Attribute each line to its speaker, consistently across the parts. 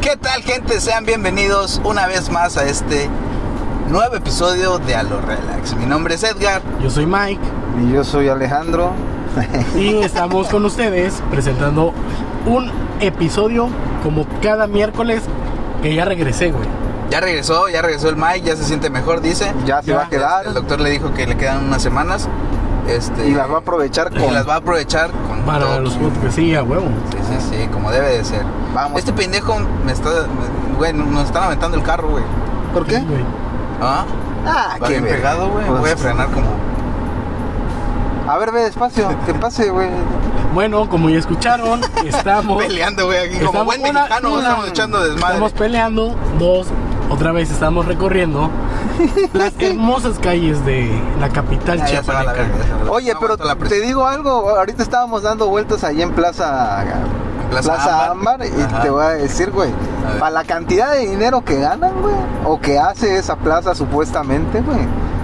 Speaker 1: ¿Qué tal gente? Sean bienvenidos una vez más a este nuevo episodio de Alo Relax. Mi nombre es Edgar
Speaker 2: Yo soy Mike
Speaker 3: Y yo soy Alejandro.
Speaker 2: y estamos con ustedes presentando un episodio como cada miércoles que ya regresé, güey.
Speaker 1: ya regresó, ya regresó el Mike, ya se siente mejor, dice.
Speaker 3: Ya se
Speaker 2: Ya,
Speaker 3: va a quedar
Speaker 1: El doctor le dijo que le quedan unas semanas. Este,
Speaker 3: y las va a aprovechar
Speaker 1: y
Speaker 3: con
Speaker 1: las va a aprovechar con
Speaker 2: Para
Speaker 1: todo.
Speaker 2: los podcasts, sí, a huevo.
Speaker 1: Sí, sí, sí, como debe de ser.
Speaker 3: Vamos.
Speaker 1: Este pendejo me está, me- güey, nos están aventando el carro, güey.
Speaker 3: ¿Por qué?
Speaker 2: Sí, güey.
Speaker 1: Ah,
Speaker 3: Ah,
Speaker 1: va bien
Speaker 3: verga.
Speaker 1: pegado, güey.
Speaker 3: Pues,
Speaker 1: Voy a frenar como.
Speaker 3: A ver, ve despacio, que pase, güey.
Speaker 2: Bueno, como ya escucharon, estamos,
Speaker 1: Peleando, güey, aquí como
Speaker 2: pues, Estamos
Speaker 1: buen
Speaker 2: una-
Speaker 1: mexicano,
Speaker 2: una-
Speaker 1: estamos echando desmadre.
Speaker 2: estamos peleando. Dos, otra vez estamos recorriendo las hermosas calles de la capital
Speaker 1: Ah, ya se va la verga, ya se
Speaker 2: chiapaneca.
Speaker 1: va la-
Speaker 3: Oye,
Speaker 1: no
Speaker 3: pero
Speaker 1: aguanto la
Speaker 3: te
Speaker 1: presión.
Speaker 3: digo algo, ahorita estábamos dando vueltas ahí en Plaza
Speaker 1: Plaza
Speaker 3: Plaza,
Speaker 1: Ámbar.
Speaker 3: Ámbar y
Speaker 1: Ajá.
Speaker 3: te voy a decir, güey,
Speaker 1: A ver.
Speaker 3: para la cantidad de dinero que ganan, güey, o que hace esa plaza supuestamente, güey,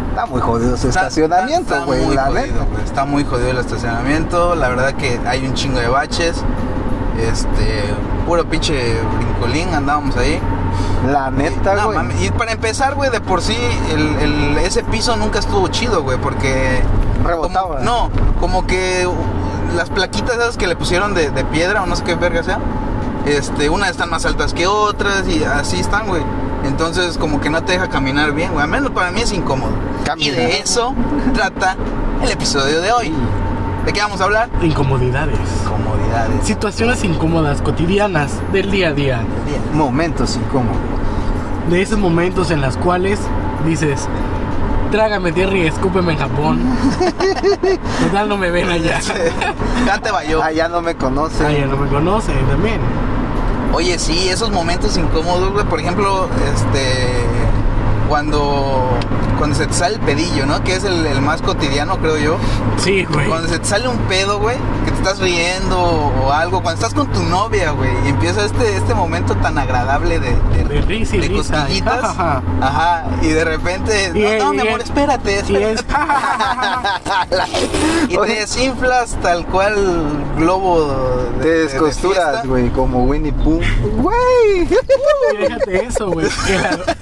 Speaker 3: está muy jodido su
Speaker 1: Está-
Speaker 3: estacionamiento,
Speaker 1: está
Speaker 3: güey,
Speaker 1: muy
Speaker 3: la
Speaker 1: jodido,
Speaker 3: neta.
Speaker 1: güey, Está muy jodido el estacionamiento. La verdad que hay un chingo de baches. Este, puro pinche brincolín andábamos ahí.
Speaker 3: La
Speaker 1: Y-
Speaker 3: neta,
Speaker 1: no,
Speaker 3: güey.
Speaker 1: mames, y para empezar, güey, de por sí, el, el- ese piso nunca estuvo chido, güey, porque.
Speaker 3: Rebotaba.
Speaker 1: como- no, como que uh, las plaquitas esas que le pusieron de, de piedra o no sé qué verga sea, este, unas están más altas que otras y así están, güey. Entonces, como que no te deja caminar bien, güey. Al menos para mí es incómodo.
Speaker 3: Caminar.
Speaker 1: Y de eso trata el episodio de hoy. ¿De qué vamos a hablar?
Speaker 2: Incomodidades.
Speaker 1: Comodidades.
Speaker 2: Situaciones incómodas cotidianas del día a día.
Speaker 3: Momentos incómodos.
Speaker 2: de esos momentos en las cuales dices, trágame tierra y escúpeme en Japón. Total, no me ven allá.
Speaker 1: Ya te vayó.
Speaker 3: Allá Ah, no me conocen.
Speaker 2: Allá no me conocen también.
Speaker 1: Oye, sí, esos momentos incómodos, güey. Por ejemplo, este. Cuando. Cuando se te sale el pedillo, ¿no? Que es el, el más cotidiano, creo yo.
Speaker 2: Sí, güey.
Speaker 1: Cuando se te sale un pedo, güey. Que te estás riendo o algo. Cuando estás con tu novia, güey. Y empieza este, este momento tan agradable de.
Speaker 2: De risa y
Speaker 1: de
Speaker 2: risa, y
Speaker 1: cosquillitas.
Speaker 2: ja, ja,
Speaker 1: Ajá. Y de repente.
Speaker 2: Y es-
Speaker 1: no, no, mi
Speaker 2: y
Speaker 1: amor,
Speaker 2: es-
Speaker 1: espérate.
Speaker 2: Y
Speaker 1: espérate.
Speaker 2: es, "Ja, ja, ja, ja, ja".
Speaker 1: Y te
Speaker 3: Oye.
Speaker 1: desinflas tal cual globo
Speaker 3: Te
Speaker 1: fiesta.
Speaker 3: descosturas, güey, como Winnie Pooh. Güey.
Speaker 2: Y déjate eso, güey. que la-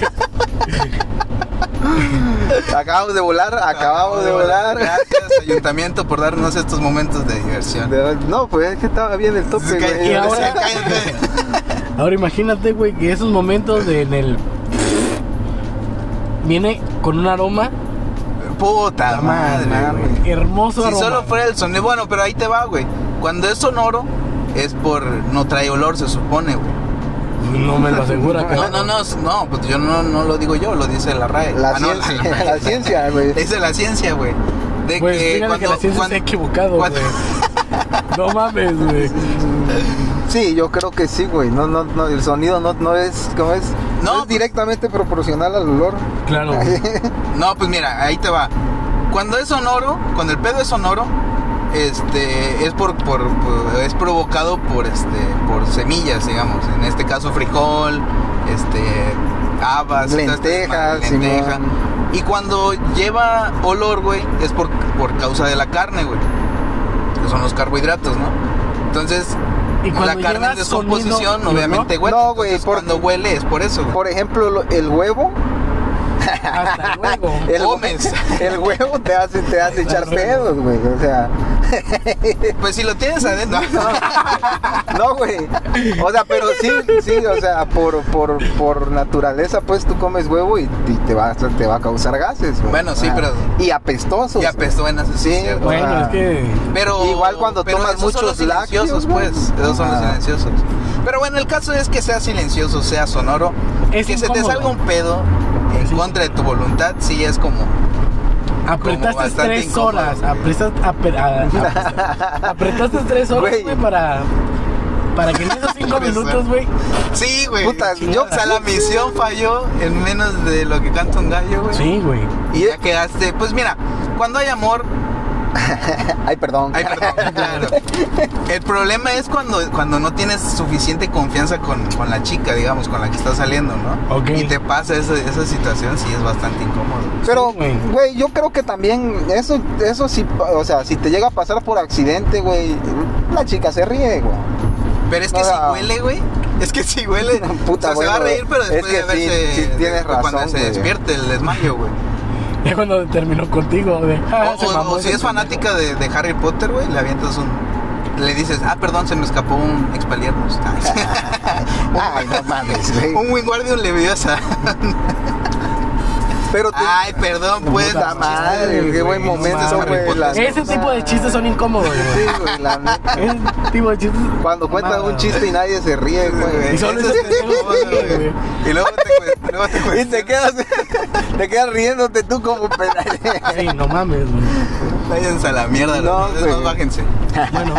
Speaker 3: Acabamos de volar, acabamos de volar.
Speaker 1: Gracias, ayuntamiento, por darnos estos momentos de diversión.
Speaker 3: De- No, pues es que estaba bien el tope,
Speaker 1: Sí,
Speaker 3: güey.
Speaker 1: cállate,
Speaker 2: Y ahora-
Speaker 1: sí, cállate.
Speaker 2: Ahora imagínate, güey, que esos momentos de- en el... Viene con un aroma Ah,
Speaker 1: Puta
Speaker 3: La
Speaker 1: madre,
Speaker 3: madre.
Speaker 1: güey.
Speaker 2: hermoso.
Speaker 1: Si
Speaker 2: aroma.
Speaker 1: solo fuera el sonido, bueno, pero ahí te va, güey. Cuando es sonoro, es por. No trae olor, se supone, güey.
Speaker 2: No me lo asegura.
Speaker 1: No,
Speaker 2: claro.
Speaker 1: no, no, no, pues yo no, no lo digo yo, lo dice la RAE.
Speaker 3: La
Speaker 1: Ah, no, la-
Speaker 3: ciencia,
Speaker 1: la-
Speaker 3: la ciencia, güey.
Speaker 1: Dice la ciencia, güey. De
Speaker 2: Pues fíjate que la ciencia se ha equivocado, güey.
Speaker 1: cuando-
Speaker 2: No mames, güey.
Speaker 3: Sí, yo creo que sí, güey. No, no, no, el sonido no, no es, ¿cómo es?
Speaker 1: No,
Speaker 3: es directamente proporcional al olor.
Speaker 2: Claro, güey.
Speaker 1: No, pues mira, ahí te va. Cuando es sonoro, cuando el pedo es sonoro, este es por, por- por- es provocado por este por semillas, digamos, en este caso frijol, este habas, todo este desmadre,
Speaker 3: Lentejas,
Speaker 1: lenteja.
Speaker 3: Simón.
Speaker 1: Y cuando lleva olor, güey, es por, por causa de la carne, güey. Que son los carbohidratos, ¿no? Entonces,
Speaker 2: Y
Speaker 1: la
Speaker 2: cuando
Speaker 1: carne en
Speaker 2: lleva sonido
Speaker 1: descomposición,
Speaker 2: y olor,
Speaker 1: obviamente, huele.
Speaker 3: No, güey,
Speaker 1: Entonces,
Speaker 3: por-
Speaker 1: cuando huele es por eso. güey.
Speaker 3: Por ejemplo, lo- el huevo.
Speaker 2: Hasta luego.
Speaker 3: El,
Speaker 1: Comes.
Speaker 3: el huevo te hace, te hace echar pedos, güey. O sea,
Speaker 1: Pues si lo tienes adentro.
Speaker 3: no, güey. O sea, pero sí, sí, o sea, por, por, por naturaleza, pues tú comes huevo y, y te, va, te va a causar gases, güey.
Speaker 1: Bueno, sí,
Speaker 3: Ah,
Speaker 1: pero-
Speaker 3: Y apestosos.
Speaker 1: Ya apestó en eso sí es
Speaker 3: Sí,
Speaker 1: cierto.
Speaker 3: güey.
Speaker 2: Bueno, es que.
Speaker 1: Pero
Speaker 3: Igual cuando
Speaker 1: pero
Speaker 3: tomas
Speaker 1: esos son los
Speaker 3: muchos
Speaker 1: silenciosos,
Speaker 3: lácteos, güey.
Speaker 1: pues, esos son los
Speaker 3: Ajá.
Speaker 1: silenciosos. Pero bueno, el caso es que sea silencioso, sea sonoro,
Speaker 2: Es
Speaker 1: que se te
Speaker 2: incómodo.
Speaker 1: salga un pedo en
Speaker 2: Sí.
Speaker 1: contra de tu voluntad, sí es como como
Speaker 2: Apretaste
Speaker 1: bastante
Speaker 2: tres
Speaker 1: incómodo,
Speaker 2: horas.
Speaker 1: güey.
Speaker 2: Apretaste, aper- a- apretaste- apretaste tres horas,
Speaker 3: Güey.
Speaker 2: güey, para. Para que en esos cinco
Speaker 1: Tres horas.
Speaker 2: minutos, güey.
Speaker 1: Sí, güey.
Speaker 3: Puta,
Speaker 1: yo,
Speaker 3: yo-
Speaker 1: o sea, la misión falló en menos de lo que canta un gallo, güey.
Speaker 2: Sí, güey.
Speaker 1: Y ya quedaste, pues mira, cuando hay amor
Speaker 3: Ay, perdón.
Speaker 1: Ay, perdón, claro. El problema es cuando, cuando no tienes suficiente confianza con, con la chica, digamos, con la que estás saliendo, ¿no?
Speaker 2: Ok.
Speaker 1: Y te pasa esa, esa situación, sí es bastante incómodo.
Speaker 3: Pero,
Speaker 2: Sí, güey.
Speaker 3: güey, yo creo que también eso, eso sí, o sea, si te llega a pasar por accidente, güey, la chica se ríe, güey.
Speaker 1: Pero es que
Speaker 3: No,
Speaker 1: si
Speaker 3: no.
Speaker 1: huele, güey. Es que si huele.
Speaker 3: No, puta,
Speaker 1: o sea, se va a
Speaker 3: bueno,
Speaker 1: reír, pero
Speaker 3: es
Speaker 1: después
Speaker 3: que
Speaker 1: de verse.
Speaker 3: sí, sí tienes
Speaker 1: Cuando
Speaker 3: razón,
Speaker 1: se
Speaker 3: güey.
Speaker 1: despierte el desmayo, güey.
Speaker 2: Ya cuando terminó contigo, de.
Speaker 1: O,
Speaker 2: "Ah, se
Speaker 1: o-
Speaker 2: mamó
Speaker 1: o
Speaker 2: ese
Speaker 1: si es
Speaker 2: pendejo".
Speaker 1: fanática de, de Harry Potter, güey, le avientas un. Le dices, ah, perdón, se me escapó un expaliernos.
Speaker 3: Ay, no mames, güey.
Speaker 1: un Wingardium Leviosa.
Speaker 3: Pero te-
Speaker 1: Ay, perdón, pues.
Speaker 3: puta madre,
Speaker 2: madre,
Speaker 3: qué
Speaker 2: güey,
Speaker 3: buen
Speaker 2: no
Speaker 3: momento,
Speaker 2: mames.
Speaker 3: güey. las
Speaker 2: Ese
Speaker 3: cosas.
Speaker 2: tipo de chistes son incómodos,
Speaker 3: Sí,
Speaker 2: güey.
Speaker 3: güey, la neta.
Speaker 2: Ese tipo de chistes.
Speaker 3: Cuando cuentas
Speaker 2: Mamada,
Speaker 3: un chiste y nadie se ríe,
Speaker 2: Y
Speaker 3: güey.
Speaker 2: solo
Speaker 1: Eso
Speaker 2: esos
Speaker 1: sí.
Speaker 2: pendejos, güey.
Speaker 1: Y luego te, cu- luego te
Speaker 3: Y te
Speaker 1: cuestionas.
Speaker 3: quedas, te quedas riéndote tú como pendejo.
Speaker 2: güey. Sí, no mames, güey.
Speaker 1: Váyanse a la mierda,
Speaker 3: No,
Speaker 1: no,
Speaker 3: güey.
Speaker 1: bájense.
Speaker 2: Bueno,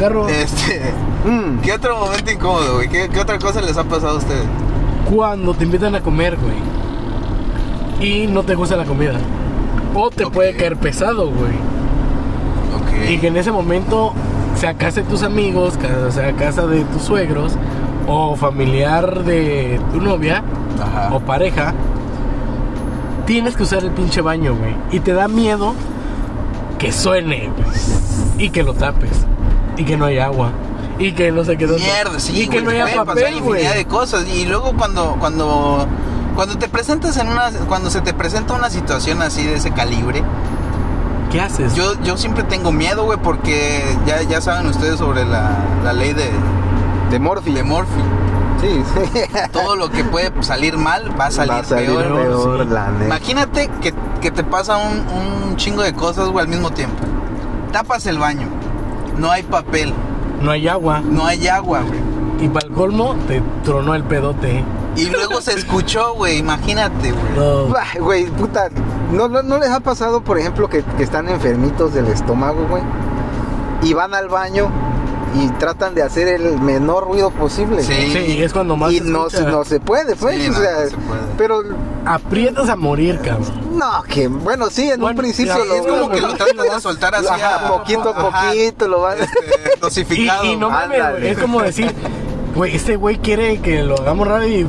Speaker 2: Garro,
Speaker 1: Este,
Speaker 3: Mm.
Speaker 1: ¿Qué otro momento incómodo, güey? ¿Qué, ¿Qué otra cosa les ha pasado a ustedes?
Speaker 2: cuando te invitan a comer, güey, y no te gusta la comida, o te
Speaker 1: Ok.
Speaker 2: puede caer pesado, güey,
Speaker 1: Ok.
Speaker 2: y que en ese momento sea casa de tus amigos, ca- sea casa de tus suegros, o familiar de tu novia,
Speaker 1: Ajá.
Speaker 2: o pareja, tienes que usar el pinche baño, güey, y te da miedo que suene, güey, y que lo tapes, y que no hay agua. Y que no sé qué tanto.
Speaker 1: Mierda, sí,
Speaker 2: Y que
Speaker 1: güey,
Speaker 2: no haya
Speaker 1: pueden pasar
Speaker 2: papel, güey.
Speaker 1: infinidad de cosas. Y luego cuando, cuando, cuando te presentas en una, cuando se te presenta una situación así de ese calibre,
Speaker 2: ¿Qué haces?
Speaker 1: yo, yo siempre tengo miedo, güey, porque ya, ya saben ustedes sobre la, la ley de,
Speaker 3: De Morphy.
Speaker 1: de Murphy.
Speaker 3: Sí, sí.
Speaker 1: Todo lo que puede salir mal va a salir,
Speaker 3: Va a salir
Speaker 1: peor. güey.
Speaker 3: peor,
Speaker 2: sí.
Speaker 3: la neta.
Speaker 1: Imagínate que, que te pasa un, un chingo de cosas, güey, al mismo tiempo. Tapas el baño, no hay papel,
Speaker 2: No hay agua.
Speaker 1: no hay agua, güey.
Speaker 2: Y para el colmo, te tronó el pedote.
Speaker 1: Y luego se escuchó, güey, imagínate, güey.
Speaker 2: No.
Speaker 3: Ay, Güey, puta, ¿no, no, no les ha pasado, por ejemplo, que, que están enfermitos del estómago, güey? Y van al baño y tratan de hacer el menor ruido posible.
Speaker 1: Sí.
Speaker 3: güey.
Speaker 2: Sí, es cuando más.
Speaker 3: Y
Speaker 2: se
Speaker 3: no, se-
Speaker 2: escucha.
Speaker 3: no se puede, pues.
Speaker 1: Sí,
Speaker 3: o
Speaker 1: no,
Speaker 3: sea,
Speaker 1: no se puede.
Speaker 3: Pero,
Speaker 2: Aprietas a morir, cabrón.
Speaker 3: no, que, bueno, sí, en un
Speaker 2: Bueno,
Speaker 3: principio
Speaker 2: ya,
Speaker 3: lo-
Speaker 1: Es como que lo tratas de soltar así
Speaker 3: Ajá,
Speaker 1: a
Speaker 3: poquito a
Speaker 1: ajá,
Speaker 3: poquito lo vas.
Speaker 1: este,
Speaker 2: Y,
Speaker 1: dosificado. Ah,
Speaker 2: y no
Speaker 1: güey.
Speaker 2: mames,
Speaker 3: ándale.
Speaker 2: güey, es como decir, güey, este güey quiere que lo hagamos rápido y.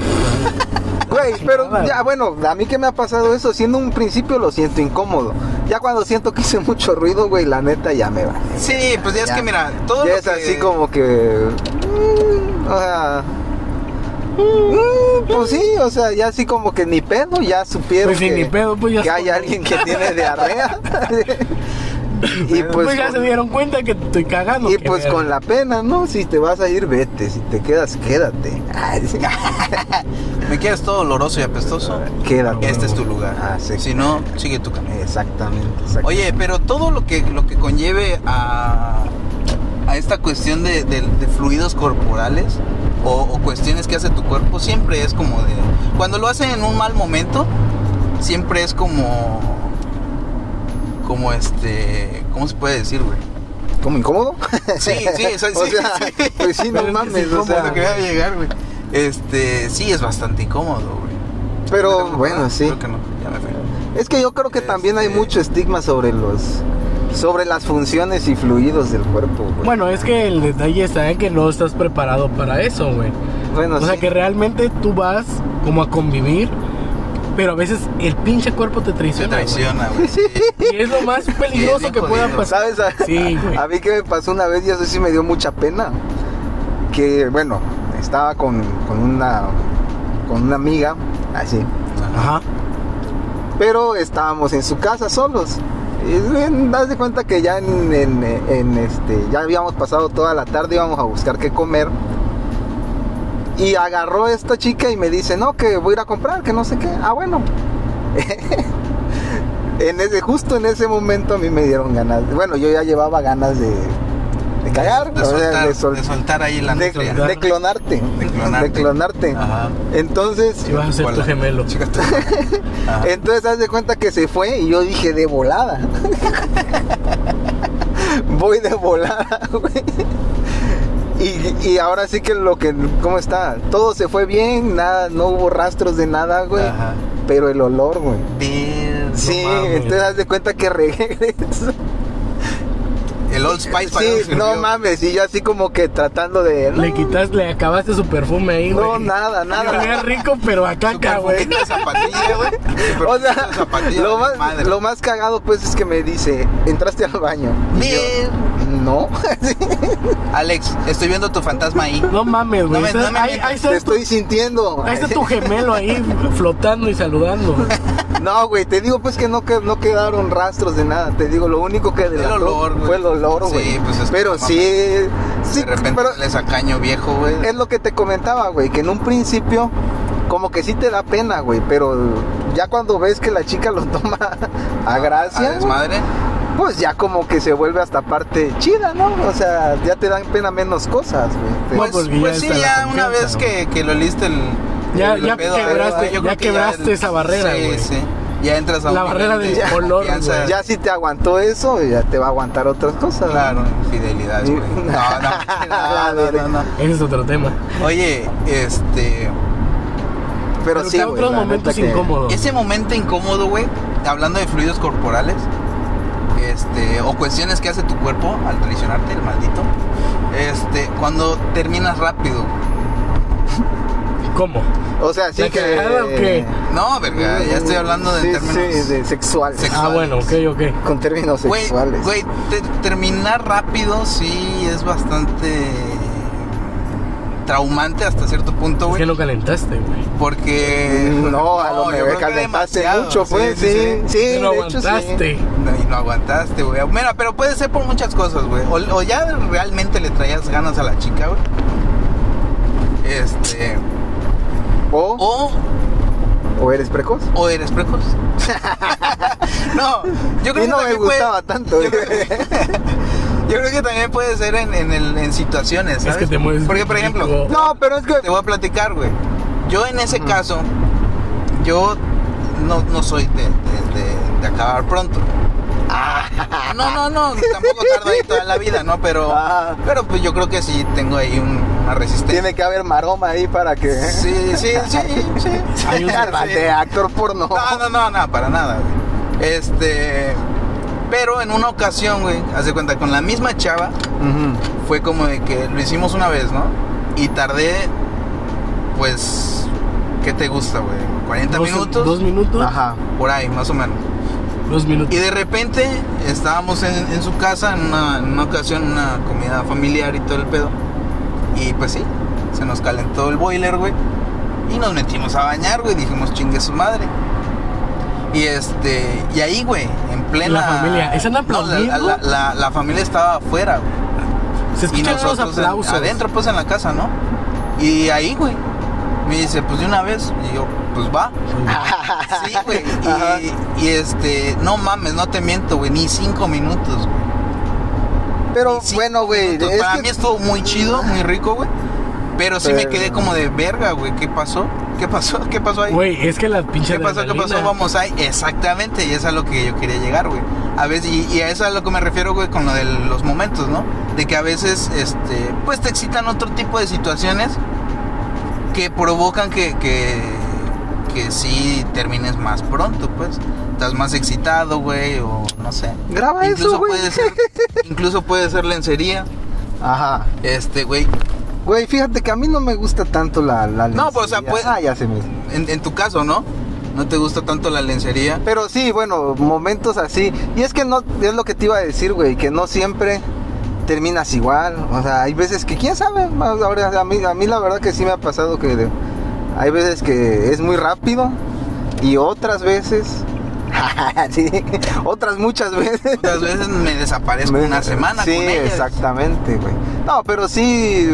Speaker 3: Güey, pero
Speaker 2: Chingada.
Speaker 3: ya, bueno, a mí que me ha pasado eso, siendo un principio lo siento incómodo. Ya cuando siento que hice mucho ruido, güey, la neta ya me va.
Speaker 1: Sí, pues ya, es
Speaker 3: Ya.
Speaker 1: que mira, todo
Speaker 3: Ya
Speaker 1: lo
Speaker 3: es
Speaker 1: que-
Speaker 3: así como que. mm, o sea. mm, pues sí, o sea, ya así como que ni pedo, ya supieron
Speaker 2: Pues sí,
Speaker 3: que,
Speaker 2: ni pedo, pues ya
Speaker 3: que hay
Speaker 2: supo.
Speaker 3: alguien que tiene diarrea. y
Speaker 2: Pues,
Speaker 3: pues,
Speaker 2: ya se
Speaker 3: con,
Speaker 2: dieron cuenta que estoy cagando.
Speaker 3: y
Speaker 2: que
Speaker 3: pues
Speaker 2: ver-
Speaker 3: con la pena, ¿no? Si te vas a ir, vete. Si te quedas, quédate. Ay, sí,
Speaker 1: me quieres todo oloroso y apestoso.
Speaker 3: quédate.
Speaker 1: Este es tu lugar.
Speaker 3: Ah, sí.
Speaker 1: Si no, sigue tu camino.
Speaker 3: Exactamente, exactamente.
Speaker 1: Oye, pero todo lo que lo que conlleve a, a esta cuestión de, de- de fluidos corporales o, o cuestiones que hace tu cuerpo siempre es como de cuando lo hacen en un mal momento siempre es como como este cómo se puede decir, güey.
Speaker 3: ¿Cómo incómodo?
Speaker 1: Sí, sí, eso-
Speaker 3: o
Speaker 1: sí,
Speaker 3: sea,
Speaker 1: sí.
Speaker 3: pues sí, no
Speaker 2: Pero es que sí,
Speaker 3: mames, o
Speaker 2: ¿cómo
Speaker 1: Es lo
Speaker 3: sea,
Speaker 1: que voy a llegar, güey. Este sí es bastante incómodo, güey.
Speaker 3: pero
Speaker 1: Creo que-
Speaker 3: bueno, sí.
Speaker 1: Creo que no, ya me fui.
Speaker 3: Es que yo creo que también hay
Speaker 1: Este-
Speaker 3: mucho estigma sobre los sobre las funciones y fluidos del cuerpo. güey.
Speaker 2: Bueno, es que el detalle está en que no estás preparado para eso, güey.
Speaker 3: Bueno,
Speaker 2: O sea
Speaker 3: sí.
Speaker 2: que realmente tú vas como a convivir, pero a veces el pinche cuerpo te
Speaker 1: Se
Speaker 2: traiciona. güey.
Speaker 1: traiciona, güey. sí.
Speaker 2: Y es lo más
Speaker 1: Sí,
Speaker 2: peligroso
Speaker 1: es
Speaker 2: que
Speaker 1: bien
Speaker 2: pueda
Speaker 1: jodido.
Speaker 2: pasar.
Speaker 3: ¿Sabes? A,
Speaker 2: Sí, güey.
Speaker 3: a mí que me pasó una vez y eso sí me dio mucha pena. Que bueno, estaba con, con una con una amiga, así.
Speaker 2: Ajá.
Speaker 3: Pero estábamos en su casa solos. Y, eh, das de cuenta que ya en, en- en, este ya habíamos pasado toda la tarde íbamos a buscar qué comer. Y agarró esta chica y me dice, no, que voy a ir a comprar, que no sé qué. Ah, bueno. en ese, justo en ese momento a mí me dieron ganas. Bueno, yo ya llevaba ganas de, de cagar,
Speaker 1: De
Speaker 3: o sea,
Speaker 1: soltar,
Speaker 3: de sol-
Speaker 1: de soltar ahí la
Speaker 3: de-
Speaker 1: nutria.
Speaker 3: de clonarte.
Speaker 1: De clonarte. Ah.
Speaker 3: De clonarte.
Speaker 1: Ajá.
Speaker 3: Entonces,
Speaker 2: Y vas a ser
Speaker 1: ¿Cuál?
Speaker 2: tu gemelo.
Speaker 1: Chica, tú. Ajá.
Speaker 3: Entonces haz de cuenta que se fue y yo dije de volada. Voy de volada, güey. Y, y ahora sí que lo que, ¿cómo está? Todo
Speaker 1: Ah.
Speaker 3: se fue bien, nada, no hubo rastros de nada, güey.
Speaker 1: Ajá.
Speaker 3: Pero el olor, güey.
Speaker 1: Verga.
Speaker 2: no
Speaker 3: sí,
Speaker 2: mames.
Speaker 3: entonces haz de cuenta que regreso.
Speaker 1: El Old Spice para
Speaker 3: Sí, no mames, y yo así como que tratando de.
Speaker 2: Le quitas, le acabaste su perfume ahí,
Speaker 3: No,
Speaker 2: güey.
Speaker 3: nada,
Speaker 2: Olía
Speaker 3: nada.
Speaker 2: rico, pero a caca, güey.
Speaker 1: Superfumita de zapatilla, güey.
Speaker 3: O
Speaker 1: Superfumita
Speaker 3: sea,
Speaker 1: de zapatilla,
Speaker 3: lo más,
Speaker 1: madre.
Speaker 3: lo más cagado pues es que me dice, entraste al baño. Y yo,
Speaker 1: Bien.
Speaker 3: No,
Speaker 1: Alex, estoy viendo tu fantasma ahí.
Speaker 2: No mames, güey.
Speaker 1: No me-
Speaker 2: Estás-
Speaker 1: no me
Speaker 2: ahí,
Speaker 1: mientas,
Speaker 2: ahí está
Speaker 3: te
Speaker 2: tu,
Speaker 3: estoy sintiendo.
Speaker 2: ahí está tu gemelo ahí flotando y saludando.
Speaker 3: No, güey, te digo pues que no, que no quedaron rastros de nada. Te digo, lo único que delató
Speaker 1: olor, güey.
Speaker 3: fue el olor,
Speaker 1: Sí,
Speaker 3: güey.
Speaker 1: pues, es que
Speaker 3: pero
Speaker 1: no mames.
Speaker 3: sí, sí,
Speaker 1: de repente
Speaker 3: pero
Speaker 1: le sacaño viejo, güey.
Speaker 3: es lo que te comentaba, güey, que en un principio como que sí te da pena, güey, pero ya cuando ves que la chica lo toma a
Speaker 1: A
Speaker 3: gracia,
Speaker 1: desmadre.
Speaker 3: pues ya como que se vuelve hasta parte chida, ¿no? O sea, ya te dan pena menos cosas, güey.
Speaker 2: Bueno,
Speaker 1: Pues,
Speaker 2: porque ya
Speaker 1: pues sí,
Speaker 2: está la
Speaker 1: ya una vez
Speaker 2: confianza,
Speaker 1: que, que lo liste el.
Speaker 2: Ya-
Speaker 1: el
Speaker 2: ya quebraste-
Speaker 1: yo
Speaker 2: ya
Speaker 1: creo que
Speaker 2: quebraste esa barrera,
Speaker 1: Sí,
Speaker 2: güey.
Speaker 1: sí. Ya entras a
Speaker 2: La
Speaker 1: un
Speaker 2: barrera
Speaker 1: nivel
Speaker 2: del
Speaker 1: de
Speaker 2: olor,
Speaker 1: confianza.
Speaker 2: güey.
Speaker 3: Ya si te aguantó eso, ya te va a aguantar otras cosas.
Speaker 1: Claro, infidelidades, güey. No, no, no, no, no,
Speaker 2: Ese es otro tema.
Speaker 1: no. Oye, este.
Speaker 3: Pero,
Speaker 2: Pero
Speaker 3: sí,
Speaker 2: que
Speaker 3: güey,
Speaker 2: otros
Speaker 3: la
Speaker 2: momentos
Speaker 3: neta que-
Speaker 2: incómodos.
Speaker 1: Ese momento incómodo, güey, hablando de fluidos corporales, este, o cuestiones que hace tu cuerpo al traicionarte, el maldito, este, cuando terminas rápido.
Speaker 2: ¿Cómo?
Speaker 3: O sea, sí
Speaker 2: ¿La
Speaker 3: que...
Speaker 2: cagada o qué?
Speaker 1: No, verga, eh, ya estoy hablando de
Speaker 3: Eh, Sí,
Speaker 1: términos.
Speaker 3: Sí, de sexual.
Speaker 1: Sexual.
Speaker 2: Ah, bueno, ok, ok.
Speaker 3: Con términos
Speaker 1: Güey,
Speaker 3: sexuales.
Speaker 1: güey, te- terminar rápido sí es bastante traumante hasta cierto punto,
Speaker 2: Es
Speaker 1: güey.
Speaker 2: que no calentaste, güey.
Speaker 1: Porque
Speaker 3: Mm, No, a lo
Speaker 1: eh, yo
Speaker 3: mejor
Speaker 1: creo que
Speaker 3: calentaste
Speaker 1: demasiado,
Speaker 3: mucho, pues, sí, sí,
Speaker 2: Pero
Speaker 3: de hecho, sí.
Speaker 2: aguantaste.
Speaker 1: No, y no aguantaste, güey. Mira, pero puede ser por muchas cosas, güey. O, o ya realmente le traías ganas a la chica, güey. Este.
Speaker 3: O,
Speaker 1: O,
Speaker 3: o eres precoz.
Speaker 1: o eres precoz. no, yo creo que
Speaker 3: Y no me
Speaker 1: también
Speaker 3: gustaba tanto. eh.
Speaker 1: Yo creo, yo creo que también puede ser en, en, el- en situaciones,
Speaker 2: Es
Speaker 1: ¿sabes?
Speaker 2: que te mueves
Speaker 1: Porque, por
Speaker 2: rico.
Speaker 1: ejemplo,
Speaker 3: No, pero es que...
Speaker 1: te voy a platicar, güey. Yo en ese
Speaker 3: Ujú.
Speaker 1: caso, yo no, no soy de, de- de- de acabar pronto.
Speaker 3: Ah.
Speaker 1: No, no, no, tampoco tardo ahí toda la vida, ¿no? Pero,
Speaker 3: Ah.
Speaker 1: pero pues yo creo que sí tengo ahí un- una resistencia.
Speaker 3: Tiene que haber maroma ahí para que... ¿eh?
Speaker 1: Sí, sí, sí, sí.
Speaker 2: Hay un-
Speaker 3: Cálmate, actor porno.
Speaker 1: No, no, no, no, para nada, güey. Este. Pero en una ocasión, güey, hace cuenta, con la misma chava,
Speaker 3: Ujú.
Speaker 1: fue como de que lo hicimos una vez, ¿no? Y tardé, pues, ¿qué te gusta, güey? 40
Speaker 2: Dos-
Speaker 1: minutos,
Speaker 2: Dos minutos.
Speaker 3: Ajá.
Speaker 1: por ahí, más o menos.
Speaker 2: Dos minutos.
Speaker 1: Y de repente estábamos en, en su casa en una, en una ocasión, una comida familiar y todo el pedo. Y pues sí, se nos calentó el boiler, güey. Y nos metimos a bañar, güey. Dijimos, chingue su madre. Y este, y ahí, güey, en plena.
Speaker 2: La familia, ¿están
Speaker 1: No, la- la,
Speaker 2: aplaudiendo?
Speaker 1: la- la- la familia estaba afuera, güey. Y
Speaker 2: Se escuchan los
Speaker 1: nosotros en-
Speaker 2: aplausos.
Speaker 1: adentro, pues en la casa, ¿no? Y ahí, güey, me dice, pues de una vez. Y yo, pues va. Sí, güey. y-
Speaker 3: Ajá.
Speaker 1: Y, este, no mames, no te miento, güey, ni cinco minutos. güey.
Speaker 3: Pero
Speaker 1: Ni cinco
Speaker 3: bueno, güey,
Speaker 1: minutos.
Speaker 3: es
Speaker 1: Para
Speaker 3: que-
Speaker 1: mí estuvo muy chido, muy rico, güey. Pero sí me
Speaker 3: Pero-
Speaker 1: quedé como de verga, güey. ¿Qué pasó? ¿Qué pasó? ¿Qué pasó ahí?
Speaker 2: Güey, es que la pinche
Speaker 1: ¿Qué pasó? ¿Qué pasó?
Speaker 2: adrenalina.
Speaker 1: Vamos ahí. Exactamente, y es a lo que yo quería llegar, güey. A veces, y, y a eso es a lo que me refiero, güey, con lo de los momentos, ¿no? De que a veces, este, pues te excitan otro tipo de situaciones que provocan que, que, que sí termines más pronto, pues. Estás más excitado, güey, o no sé.
Speaker 3: Graba
Speaker 1: incluso
Speaker 3: eso, güey.
Speaker 1: puede ser, incluso puede ser lencería,
Speaker 3: Ajá.
Speaker 1: este, güey.
Speaker 3: Güey, fíjate que a mí no me gusta tanto la, la
Speaker 1: No, pues, o sea,
Speaker 3: lencería.
Speaker 1: pues-
Speaker 3: Ah, ya se me...
Speaker 1: En, en tu caso, ¿no? No te gusta tanto la lencería.
Speaker 3: Pero sí, bueno, momentos así. Y es que no, es lo que te iba a decir, güey, que no siempre terminas igual. O sea, hay veces que, quién sabe, Más ahora a mí, a mí la verdad que sí me ha pasado que de- hay veces que es muy rápido y otras veces, sí, otras muchas veces.
Speaker 1: Otras veces me desaparezco una semana
Speaker 3: Sí,
Speaker 1: con ella.
Speaker 3: exactamente, güey. No, pero sí,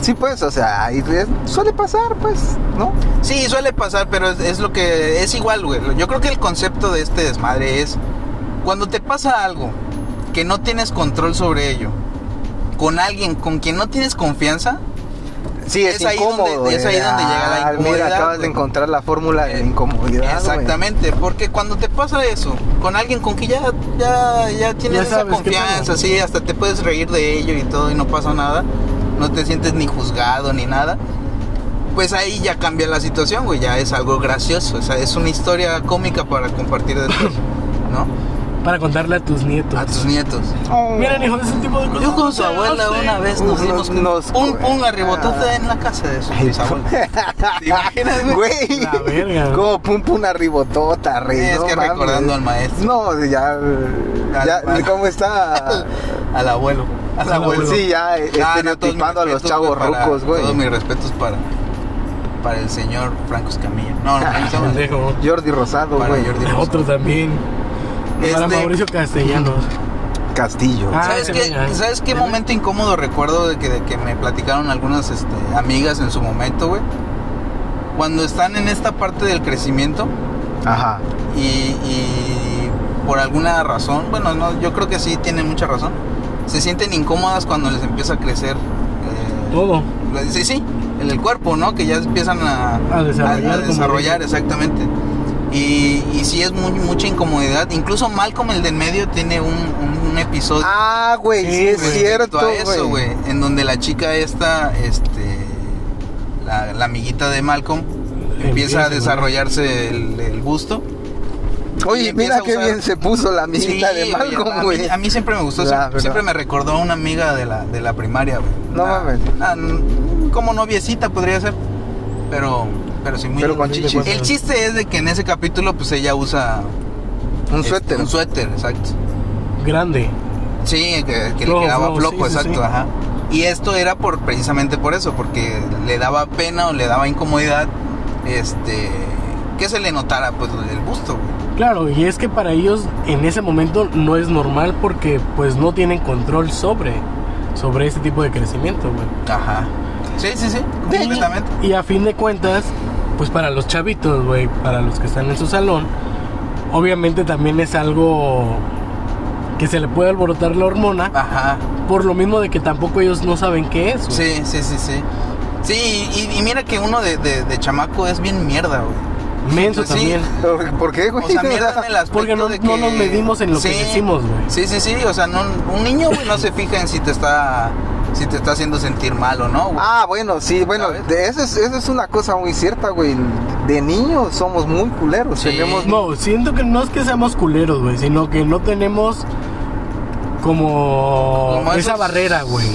Speaker 3: sí pues, o sea, ahí suele pasar, pues, ¿no?
Speaker 1: Sí, suele pasar, pero es, es lo que es igual, güey. Yo creo que el concepto de este desmadre es cuando te pasa algo que no tienes control sobre ello, con alguien con quien no tienes confianza,
Speaker 3: Sí, es,
Speaker 1: Es ahí
Speaker 3: incómodo.
Speaker 1: donde- es ahí
Speaker 3: güey.
Speaker 1: donde llega la
Speaker 3: Ah,
Speaker 1: incomodidad,
Speaker 3: Mira, acabas de
Speaker 1: güey.
Speaker 3: encontrar la fórmula de la
Speaker 1: Eh,
Speaker 3: incomodidad. güey.
Speaker 1: exactamente, porque cuando te pasa eso, con alguien con quien ya, ya, ya tienes
Speaker 2: Ya
Speaker 1: esa
Speaker 2: sabes qué
Speaker 1: confianza,
Speaker 2: pedo.
Speaker 1: sí, hasta te puedes reír de ello y todo y no pasa nada, no te sientes ni juzgado ni nada. pues ahí ya cambia la situación, güey, ya es algo gracioso, o sea, es una historia cómica para compartir después, ¿no?
Speaker 2: Para contarle a tus nietos.
Speaker 1: A tus nietos.
Speaker 3: Oh.
Speaker 2: Miren, hijo, ese tipo de cosas.
Speaker 1: Yo
Speaker 2: no
Speaker 1: con su
Speaker 2: se
Speaker 1: abuela
Speaker 2: hacen.
Speaker 1: una vez nos
Speaker 3: Nos-
Speaker 1: dimos
Speaker 3: nos-
Speaker 1: un, un arribotote en la casa de su bisabuela. ¿Te imaginas, güey?
Speaker 3: Güey,
Speaker 2: La verga.
Speaker 3: como pum pum una ribotota, rey.
Speaker 1: Es
Speaker 3: no
Speaker 1: que
Speaker 3: mames.
Speaker 1: recordando al maestro.
Speaker 3: No, ya. ya
Speaker 1: Al-
Speaker 3: ¿Cómo está?
Speaker 1: Al abuelo. Al
Speaker 2: Al
Speaker 1: abuelo.
Speaker 2: abuelo.
Speaker 3: sí, ya eh,
Speaker 1: Ah, no, todos mis
Speaker 3: estereotipando a los
Speaker 1: respetos,
Speaker 3: chavos
Speaker 1: para-
Speaker 3: rucos, güey.
Speaker 1: Todos mis respetos para, para el señor Franco Escamilla. No, no, ¿cómo se llama?
Speaker 2: Pendejo.
Speaker 3: Jordi Rosado,
Speaker 1: Para
Speaker 3: güey.
Speaker 1: Jordi Rosado.
Speaker 2: Otro también. Para
Speaker 1: Este,
Speaker 2: Mauricio Castellanos.
Speaker 3: Castillo.
Speaker 2: Ah,
Speaker 1: ¿Sabes
Speaker 2: se
Speaker 1: qué,
Speaker 2: venga.
Speaker 1: ¿Sabes qué momento incómodo recuerdo de que, de que me platicaron algunas este, amigas en su momento, güey? Cuando están en esta parte del crecimiento
Speaker 3: Ajá.
Speaker 1: y, y por alguna razón, bueno, no, yo creo que sí tienen mucha razón, se sienten incómodas cuando les empieza a crecer. eh,
Speaker 2: Todo.
Speaker 1: Sí, sí, en el cuerpo, ¿no? Que ya empiezan a,
Speaker 2: A desarrollar,
Speaker 1: a- a
Speaker 2: como
Speaker 1: desarrollar, exactamente. Y, y sí es muy, mucha incomodidad. Incluso Malcolm, el de en medio, tiene un, un- un episodio
Speaker 3: Ah, güey, sí,
Speaker 2: Sí,
Speaker 3: es
Speaker 2: güey,
Speaker 1: respecto
Speaker 3: cierto,
Speaker 1: a eso, güey. En donde la chica esta, este, la, la amiguita de Malcolm, empieza,
Speaker 2: Empieza,
Speaker 1: a
Speaker 2: güey.
Speaker 1: desarrollarse el, el gusto. Y
Speaker 3: Oye,
Speaker 1: empieza
Speaker 3: mira
Speaker 1: a
Speaker 3: qué
Speaker 1: usar-
Speaker 3: bien se puso la amiguita
Speaker 1: Sí,
Speaker 3: de
Speaker 1: güey, a
Speaker 3: Malcolm,
Speaker 1: mí-
Speaker 3: güey.
Speaker 1: A, mí siempre me gustó,
Speaker 3: La
Speaker 1: siempre,
Speaker 3: verdad.
Speaker 1: siempre me recordó a una amiga de la, de la primaria, güey.
Speaker 3: No
Speaker 1: Una-
Speaker 3: mames.
Speaker 1: una- como noviecita podría ser, pero, pero sí muy
Speaker 3: Pero con
Speaker 2: Sí,
Speaker 3: chichis.
Speaker 2: güey.
Speaker 1: El chiste es de que en ese capítulo, pues ella usa
Speaker 3: Un
Speaker 1: este,
Speaker 3: suéter.
Speaker 1: Un suéter, exacto.
Speaker 2: Grande.
Speaker 1: Sí, que, que
Speaker 2: Flojo,
Speaker 1: le quedaba
Speaker 2: flojo,
Speaker 1: flojo,
Speaker 2: sí, sí,
Speaker 1: exacto,
Speaker 2: sí.
Speaker 1: ajá. Y esto era por precisamente por eso, porque le daba pena o le daba incomodidad, este, que se le notara pues el busto, güey.
Speaker 2: Claro, y es que para ellos en ese momento no es normal porque pues no tienen control sobre sobre ese tipo de crecimiento, güey.
Speaker 1: Ajá. Sí, sí, sí, completamente.
Speaker 2: Y a fin de cuentas, pues para los chavitos, güey, para los que están en su salón, obviamente también es algo que se le puede alborotar la hormona,
Speaker 1: Ajá.
Speaker 2: por lo mismo de que tampoco ellos no saben qué es. güey.
Speaker 1: Sí, sí, sí, sí. Sí, y, y mira que uno de, de- de chamaco es bien mierda, güey.
Speaker 2: Menso
Speaker 1: Pues sí.
Speaker 2: también.
Speaker 3: ¿Por qué, güey?
Speaker 1: O sea, mierda en el aspecto
Speaker 2: Porque no-
Speaker 1: de que...
Speaker 2: no nos medimos en lo que decimos, güey.
Speaker 1: Sí, sí, sí, o sea, no, un niño, güey, no se fija en si te está, si te está haciendo sentir mal o no, güey.
Speaker 3: Ah, bueno, sí, bueno,
Speaker 1: ¿Sabes?
Speaker 3: de- eso, es, eso es una cosa muy cierta, güey. De niños somos muy culeros.
Speaker 1: Sí.
Speaker 3: Tenemos
Speaker 2: No, siento que no es que seamos culeros, güey, sino que no tenemos como,
Speaker 1: Como
Speaker 2: esa
Speaker 1: esos-
Speaker 2: barrera, güey.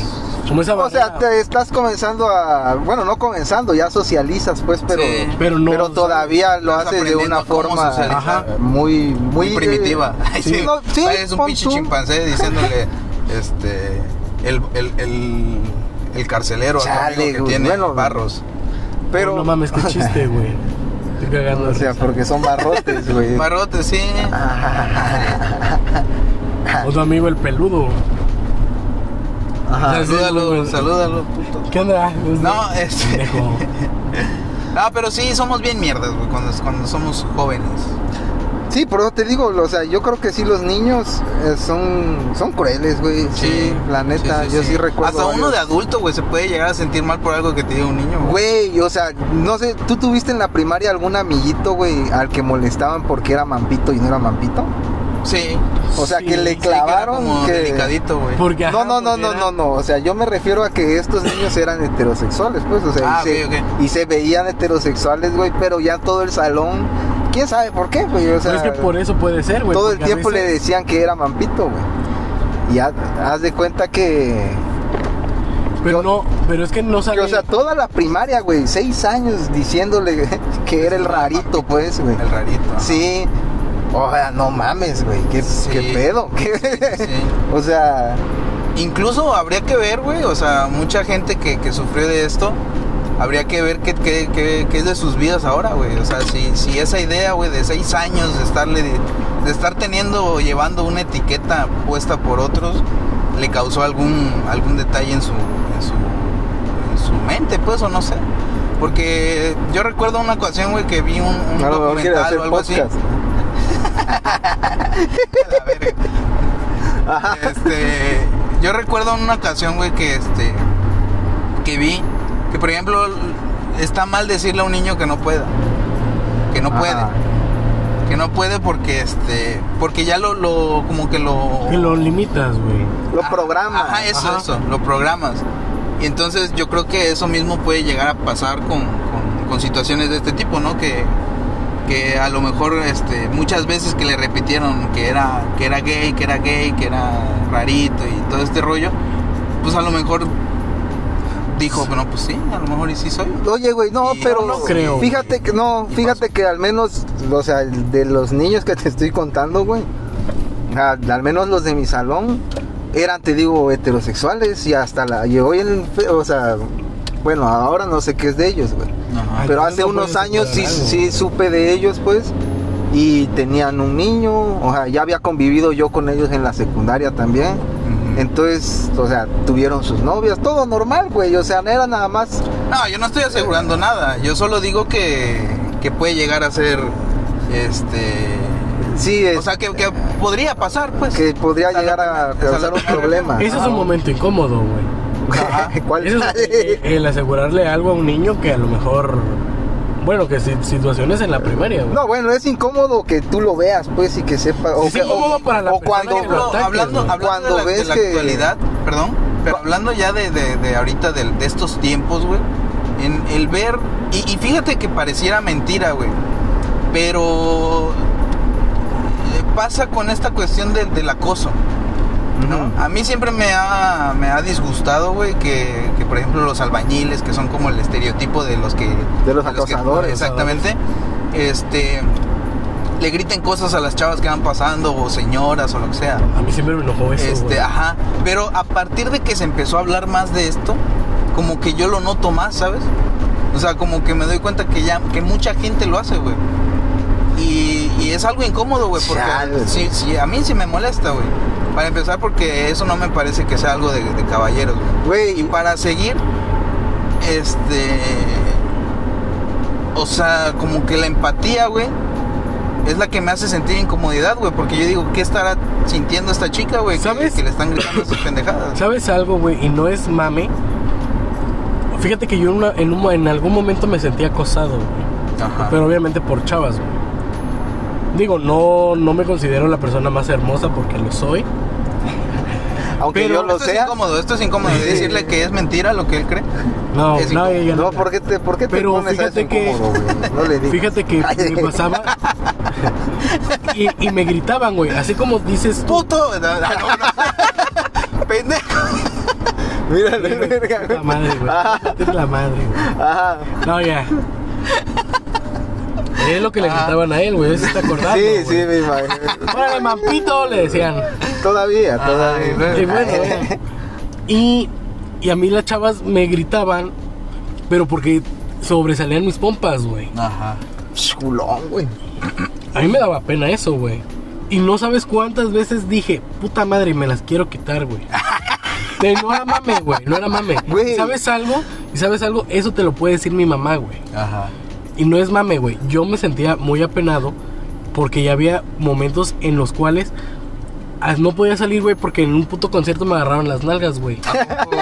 Speaker 2: Como esa
Speaker 3: O
Speaker 2: barrera.
Speaker 3: sea, te estás comenzando a, bueno, no comenzando, ya socializas, pues, pero,
Speaker 1: Sí.
Speaker 2: Pero no, o sea,
Speaker 3: todavía lo
Speaker 1: estás
Speaker 3: haces de una
Speaker 1: aprendiendo cómo
Speaker 3: forma
Speaker 1: socializar.
Speaker 2: Ajá.
Speaker 3: muy, muy,
Speaker 1: muy primitiva.
Speaker 3: eh,
Speaker 1: Ay,
Speaker 3: sí,
Speaker 1: sí,
Speaker 3: no, sí,
Speaker 1: Pareces un
Speaker 3: pon
Speaker 1: pinche
Speaker 3: tú.
Speaker 1: chimpancé diciéndole, este, el, el, el, el carcelero a tu
Speaker 3: Chale,
Speaker 1: amigo que
Speaker 3: güey,
Speaker 1: tiene
Speaker 3: bueno.
Speaker 1: barros.
Speaker 3: Pero,
Speaker 2: No mames, qué chiste, güey. Estoy cagando.
Speaker 3: o sea, porque son barrotes, güey.
Speaker 1: Barrote, sí.
Speaker 3: Ah,
Speaker 2: O tu amigo el peludo.
Speaker 3: Ajá.
Speaker 2: Ah, sí,
Speaker 1: salúdalo,
Speaker 2: güey.
Speaker 1: salúdalo, puto.
Speaker 2: ¿Qué onda?
Speaker 1: No, este.
Speaker 2: Pendejo.
Speaker 1: Ah, pero sí, somos bien mierdas, güey, cuando, cuando somos jóvenes.
Speaker 3: Sí, por eso te digo, o sea, yo creo que sí los niños eh, son, son crueles, güey. Sí, la neta,
Speaker 1: sí,
Speaker 3: yo sí, recuerdo.
Speaker 1: Hasta uno
Speaker 3: varios.
Speaker 1: de adulto, güey, se puede llegar a sentir mal por algo que te diga un niño, güey.
Speaker 3: Güey, o sea, no sé, ¿tú tuviste en la primaria algún amiguito, güey, al que molestaban porque era mampito y no era mampito?
Speaker 1: Sí.
Speaker 3: O sea,
Speaker 2: Sí,
Speaker 3: que le
Speaker 2: sí,
Speaker 1: Sí, que era
Speaker 3: clavaron
Speaker 1: como
Speaker 3: que-
Speaker 1: delicadito, güey.
Speaker 2: Porque, ajá,
Speaker 3: no, no, no,
Speaker 2: porque
Speaker 3: no,
Speaker 2: era-
Speaker 3: no, no. O sea, yo me refiero a que estos niños eran heterosexuales, pues. O sea,
Speaker 1: Ah,
Speaker 3: y, se,
Speaker 1: ok, ok.
Speaker 3: y se veían heterosexuales, güey, pero ya todo el salón, quién sabe por qué, güey. O sea,
Speaker 2: Pero es que por eso puede ser, güey.
Speaker 3: todo el
Speaker 2: porque a
Speaker 3: tiempo le
Speaker 2: veces-
Speaker 3: decían que era mampito, güey. Y haz, haz de cuenta que,
Speaker 2: Pero no, pero es que no
Speaker 3: que,
Speaker 2: sabía.
Speaker 3: o sea, toda la primaria, güey, seis años diciéndole que era el rarito, pues, güey.
Speaker 1: El rarito.
Speaker 3: Sí. O sea, no mames, güey. ¿Qué,
Speaker 1: Sí.
Speaker 3: qué pedo? ¿Qué-
Speaker 1: sí.
Speaker 3: o sea,
Speaker 1: Incluso habría que ver, güey, o sea, mucha gente que, que sufrió de esto, habría que ver qué, qué- qué- qué es de sus vidas ahora, güey. O sea, si, si esa idea, güey, de seis años de estarle, de estar teniendo, o llevando una etiqueta puesta por otros, le causó algún, algún detalle en su, en su, en su mente, pues, o no sé. Porque yo recuerdo una ocasión, güey, que vi un, un
Speaker 3: a lo mejor quiere
Speaker 1: documental
Speaker 3: hacer
Speaker 1: o algo
Speaker 3: podcast.
Speaker 1: así. A la verga.
Speaker 3: Ajá.
Speaker 1: Este, yo recuerdo una ocasión, güey, que este, que vi que, por ejemplo, l- está mal decirle a un niño que no pueda, que no
Speaker 3: Ajá.
Speaker 1: puede, que no puede porque, este, porque ya lo, lo como que lo,
Speaker 2: Que lo limitas, güey.
Speaker 3: Lo
Speaker 1: Ajá,
Speaker 3: programa.
Speaker 1: Ajá, eso,
Speaker 2: Ajá.
Speaker 1: eso, lo programas. Y entonces yo creo que eso mismo puede llegar a pasar con, con- con situaciones de este tipo, ¿no? Que, que a lo mejor este, muchas veces que le repitieron que era, que era gay, que era gay, que era rarito y todo este rollo, pues a lo mejor dijo, bueno, pues sí, a lo mejor y sí soy.
Speaker 3: Oye, güey, no,
Speaker 1: Y-
Speaker 3: pero
Speaker 2: No creo.
Speaker 3: fíjate que no,
Speaker 1: Y
Speaker 3: fíjate que al menos, o sea, de los niños que te estoy contando, güey, al, al menos los de mi salón eran, te digo, heterosexuales y hasta la y hoy en, o sea, bueno, ahora no sé qué es de ellos, güey.
Speaker 1: Ajá.
Speaker 2: Ay,
Speaker 3: Pero
Speaker 2: ¿cómo
Speaker 3: hace
Speaker 2: no
Speaker 3: unos
Speaker 2: puedes
Speaker 3: años sí,
Speaker 2: separar algo?
Speaker 3: sí supe de ellos, pues. Y tenían un niño, o sea, ya había convivido yo con ellos en la secundaria también.
Speaker 1: Ujú.
Speaker 3: Entonces, o sea, tuvieron sus novias, todo normal, güey. O sea, era nada más.
Speaker 1: No, yo no estoy asegurando nada. Yo solo digo que, que puede llegar a ser, este...
Speaker 3: Sí,
Speaker 1: O
Speaker 3: es-
Speaker 1: sea, que, que podría pasar, pues. Ah,
Speaker 3: que podría
Speaker 1: es a lo
Speaker 3: llegar a
Speaker 1: que me- es a
Speaker 3: causar
Speaker 1: lo
Speaker 3: un
Speaker 1: que me
Speaker 3: problema.
Speaker 1: refiero.
Speaker 2: Ese es un momento incómodo, güey.
Speaker 3: ¿Cuál
Speaker 2: Ese es- eh, el asegurarle algo a un niño que a lo mejor. Bueno, que si- situaciones en la primaria, güey.
Speaker 3: No, bueno, es incómodo que tú lo veas, pues, y que sepa. O,
Speaker 2: Es
Speaker 3: que- o-
Speaker 2: incómodo para la
Speaker 3: o
Speaker 2: persona
Speaker 3: cuando.
Speaker 2: que lo
Speaker 1: Hablando-
Speaker 2: ataques,
Speaker 1: hablando,
Speaker 2: güey.
Speaker 1: hablando
Speaker 3: Cuando
Speaker 1: de la, de
Speaker 3: ves
Speaker 1: la
Speaker 3: que-
Speaker 1: actualidad, perdón, pero hablando ya de, de- de ahorita del- de, estos tiempos, güey, en el ver, y, y fíjate que pareciera mentira, güey, pero eh, pasa con esta cuestión del- del acoso. ¿no? A mí siempre me ha, me ha disgustado, güey, que, que, por ejemplo los albañiles, que son como el estereotipo de los que...
Speaker 3: De los
Speaker 1: que-
Speaker 3: acosadores.
Speaker 1: exactamente. Este... Le griten cosas a las chavas que van pasando, o señoras, o lo que sea.
Speaker 2: A mí siempre me enojó eso.
Speaker 1: este,
Speaker 2: güey.
Speaker 3: ah.
Speaker 1: ajá. Pero a partir de que se empezó a hablar más de esto, como que yo lo noto más, ¿sabes? O sea, como que me doy cuenta que ya, que mucha gente lo hace, güey. Y, y es algo incómodo, güey, porque
Speaker 3: Chale.
Speaker 1: sí, sí, a mí sí me molesta, güey. Para empezar, porque eso no me parece que sea algo de, de caballeros, güey.
Speaker 3: Güey,
Speaker 1: Y para seguir, este. O sea, como que la empatía, güey, es la que me hace sentir incomodidad, güey. Porque yo digo, ¿qué estará sintiendo esta chica, güey? que-
Speaker 2: ¿Sabes?
Speaker 1: Que, le están gritando esas pendejadas.
Speaker 2: ¿Sabes algo, güey? Y no es mame. Fíjate que yo en una- en, un- en algún momento me sentí acosado, güey.
Speaker 3: Ah.
Speaker 1: Ajá.
Speaker 2: Pero obviamente por chavas, güey. Digo, no, no me considero la persona más hermosa porque lo soy.
Speaker 3: aunque
Speaker 2: pero
Speaker 3: yo lo
Speaker 1: esto es
Speaker 3: sea.
Speaker 1: incómodo, esto es incómodo.
Speaker 2: Sí.
Speaker 1: Decirle que es mentira lo que él cree.
Speaker 2: No,
Speaker 1: Es
Speaker 2: no,
Speaker 1: incómodo.
Speaker 2: ya
Speaker 3: No, ¿por qué te, por qué te
Speaker 2: Pero
Speaker 3: pones a eso
Speaker 2: fíjate que-
Speaker 3: incómodo, güey? No le digas.
Speaker 2: Fíjate que
Speaker 3: Ay,
Speaker 2: me pasaba. y, y me gritaban, güey. Así como dices tú.
Speaker 1: ¡Puto! No, no, no. Pendejo.
Speaker 3: Mira, la verga,
Speaker 2: La
Speaker 3: güey.
Speaker 2: madre, güey. Es la madre, güey.
Speaker 3: Ajá.
Speaker 2: No, ya. Es lo que le
Speaker 1: Ah.
Speaker 2: gritaban a él, güey. Eso está acordando.
Speaker 3: Sí,
Speaker 2: güey.
Speaker 3: sí, me imagino.
Speaker 2: Órale, mampito, le decían.
Speaker 3: Todavía,
Speaker 1: Ay,
Speaker 3: todavía.
Speaker 1: güey.
Speaker 2: Ah, Y bueno, eh, y, y a mí las chavas me gritaban, pero porque sobresalían mis pompas, güey.
Speaker 1: Ajá.
Speaker 2: Ah,
Speaker 3: Culón, güey.
Speaker 2: A mí me daba pena eso, güey. Y no sabes cuántas veces dije, puta madre, me las quiero quitar, güey. Te- no era mame, güey, no era mame.
Speaker 3: Güey.
Speaker 2: ¿Y ¿Sabes algo? ¿Y sabes algo? Eso te lo puede decir mi mamá, güey.
Speaker 1: Ajá.
Speaker 2: Y no es mame, güey. Yo me sentía muy apenado porque ya había momentos en los cuales ah, no podía salir, güey, porque en un puto concierto me agarraron las nalgas, güey.
Speaker 3: Ah,
Speaker 1: ¿A poco?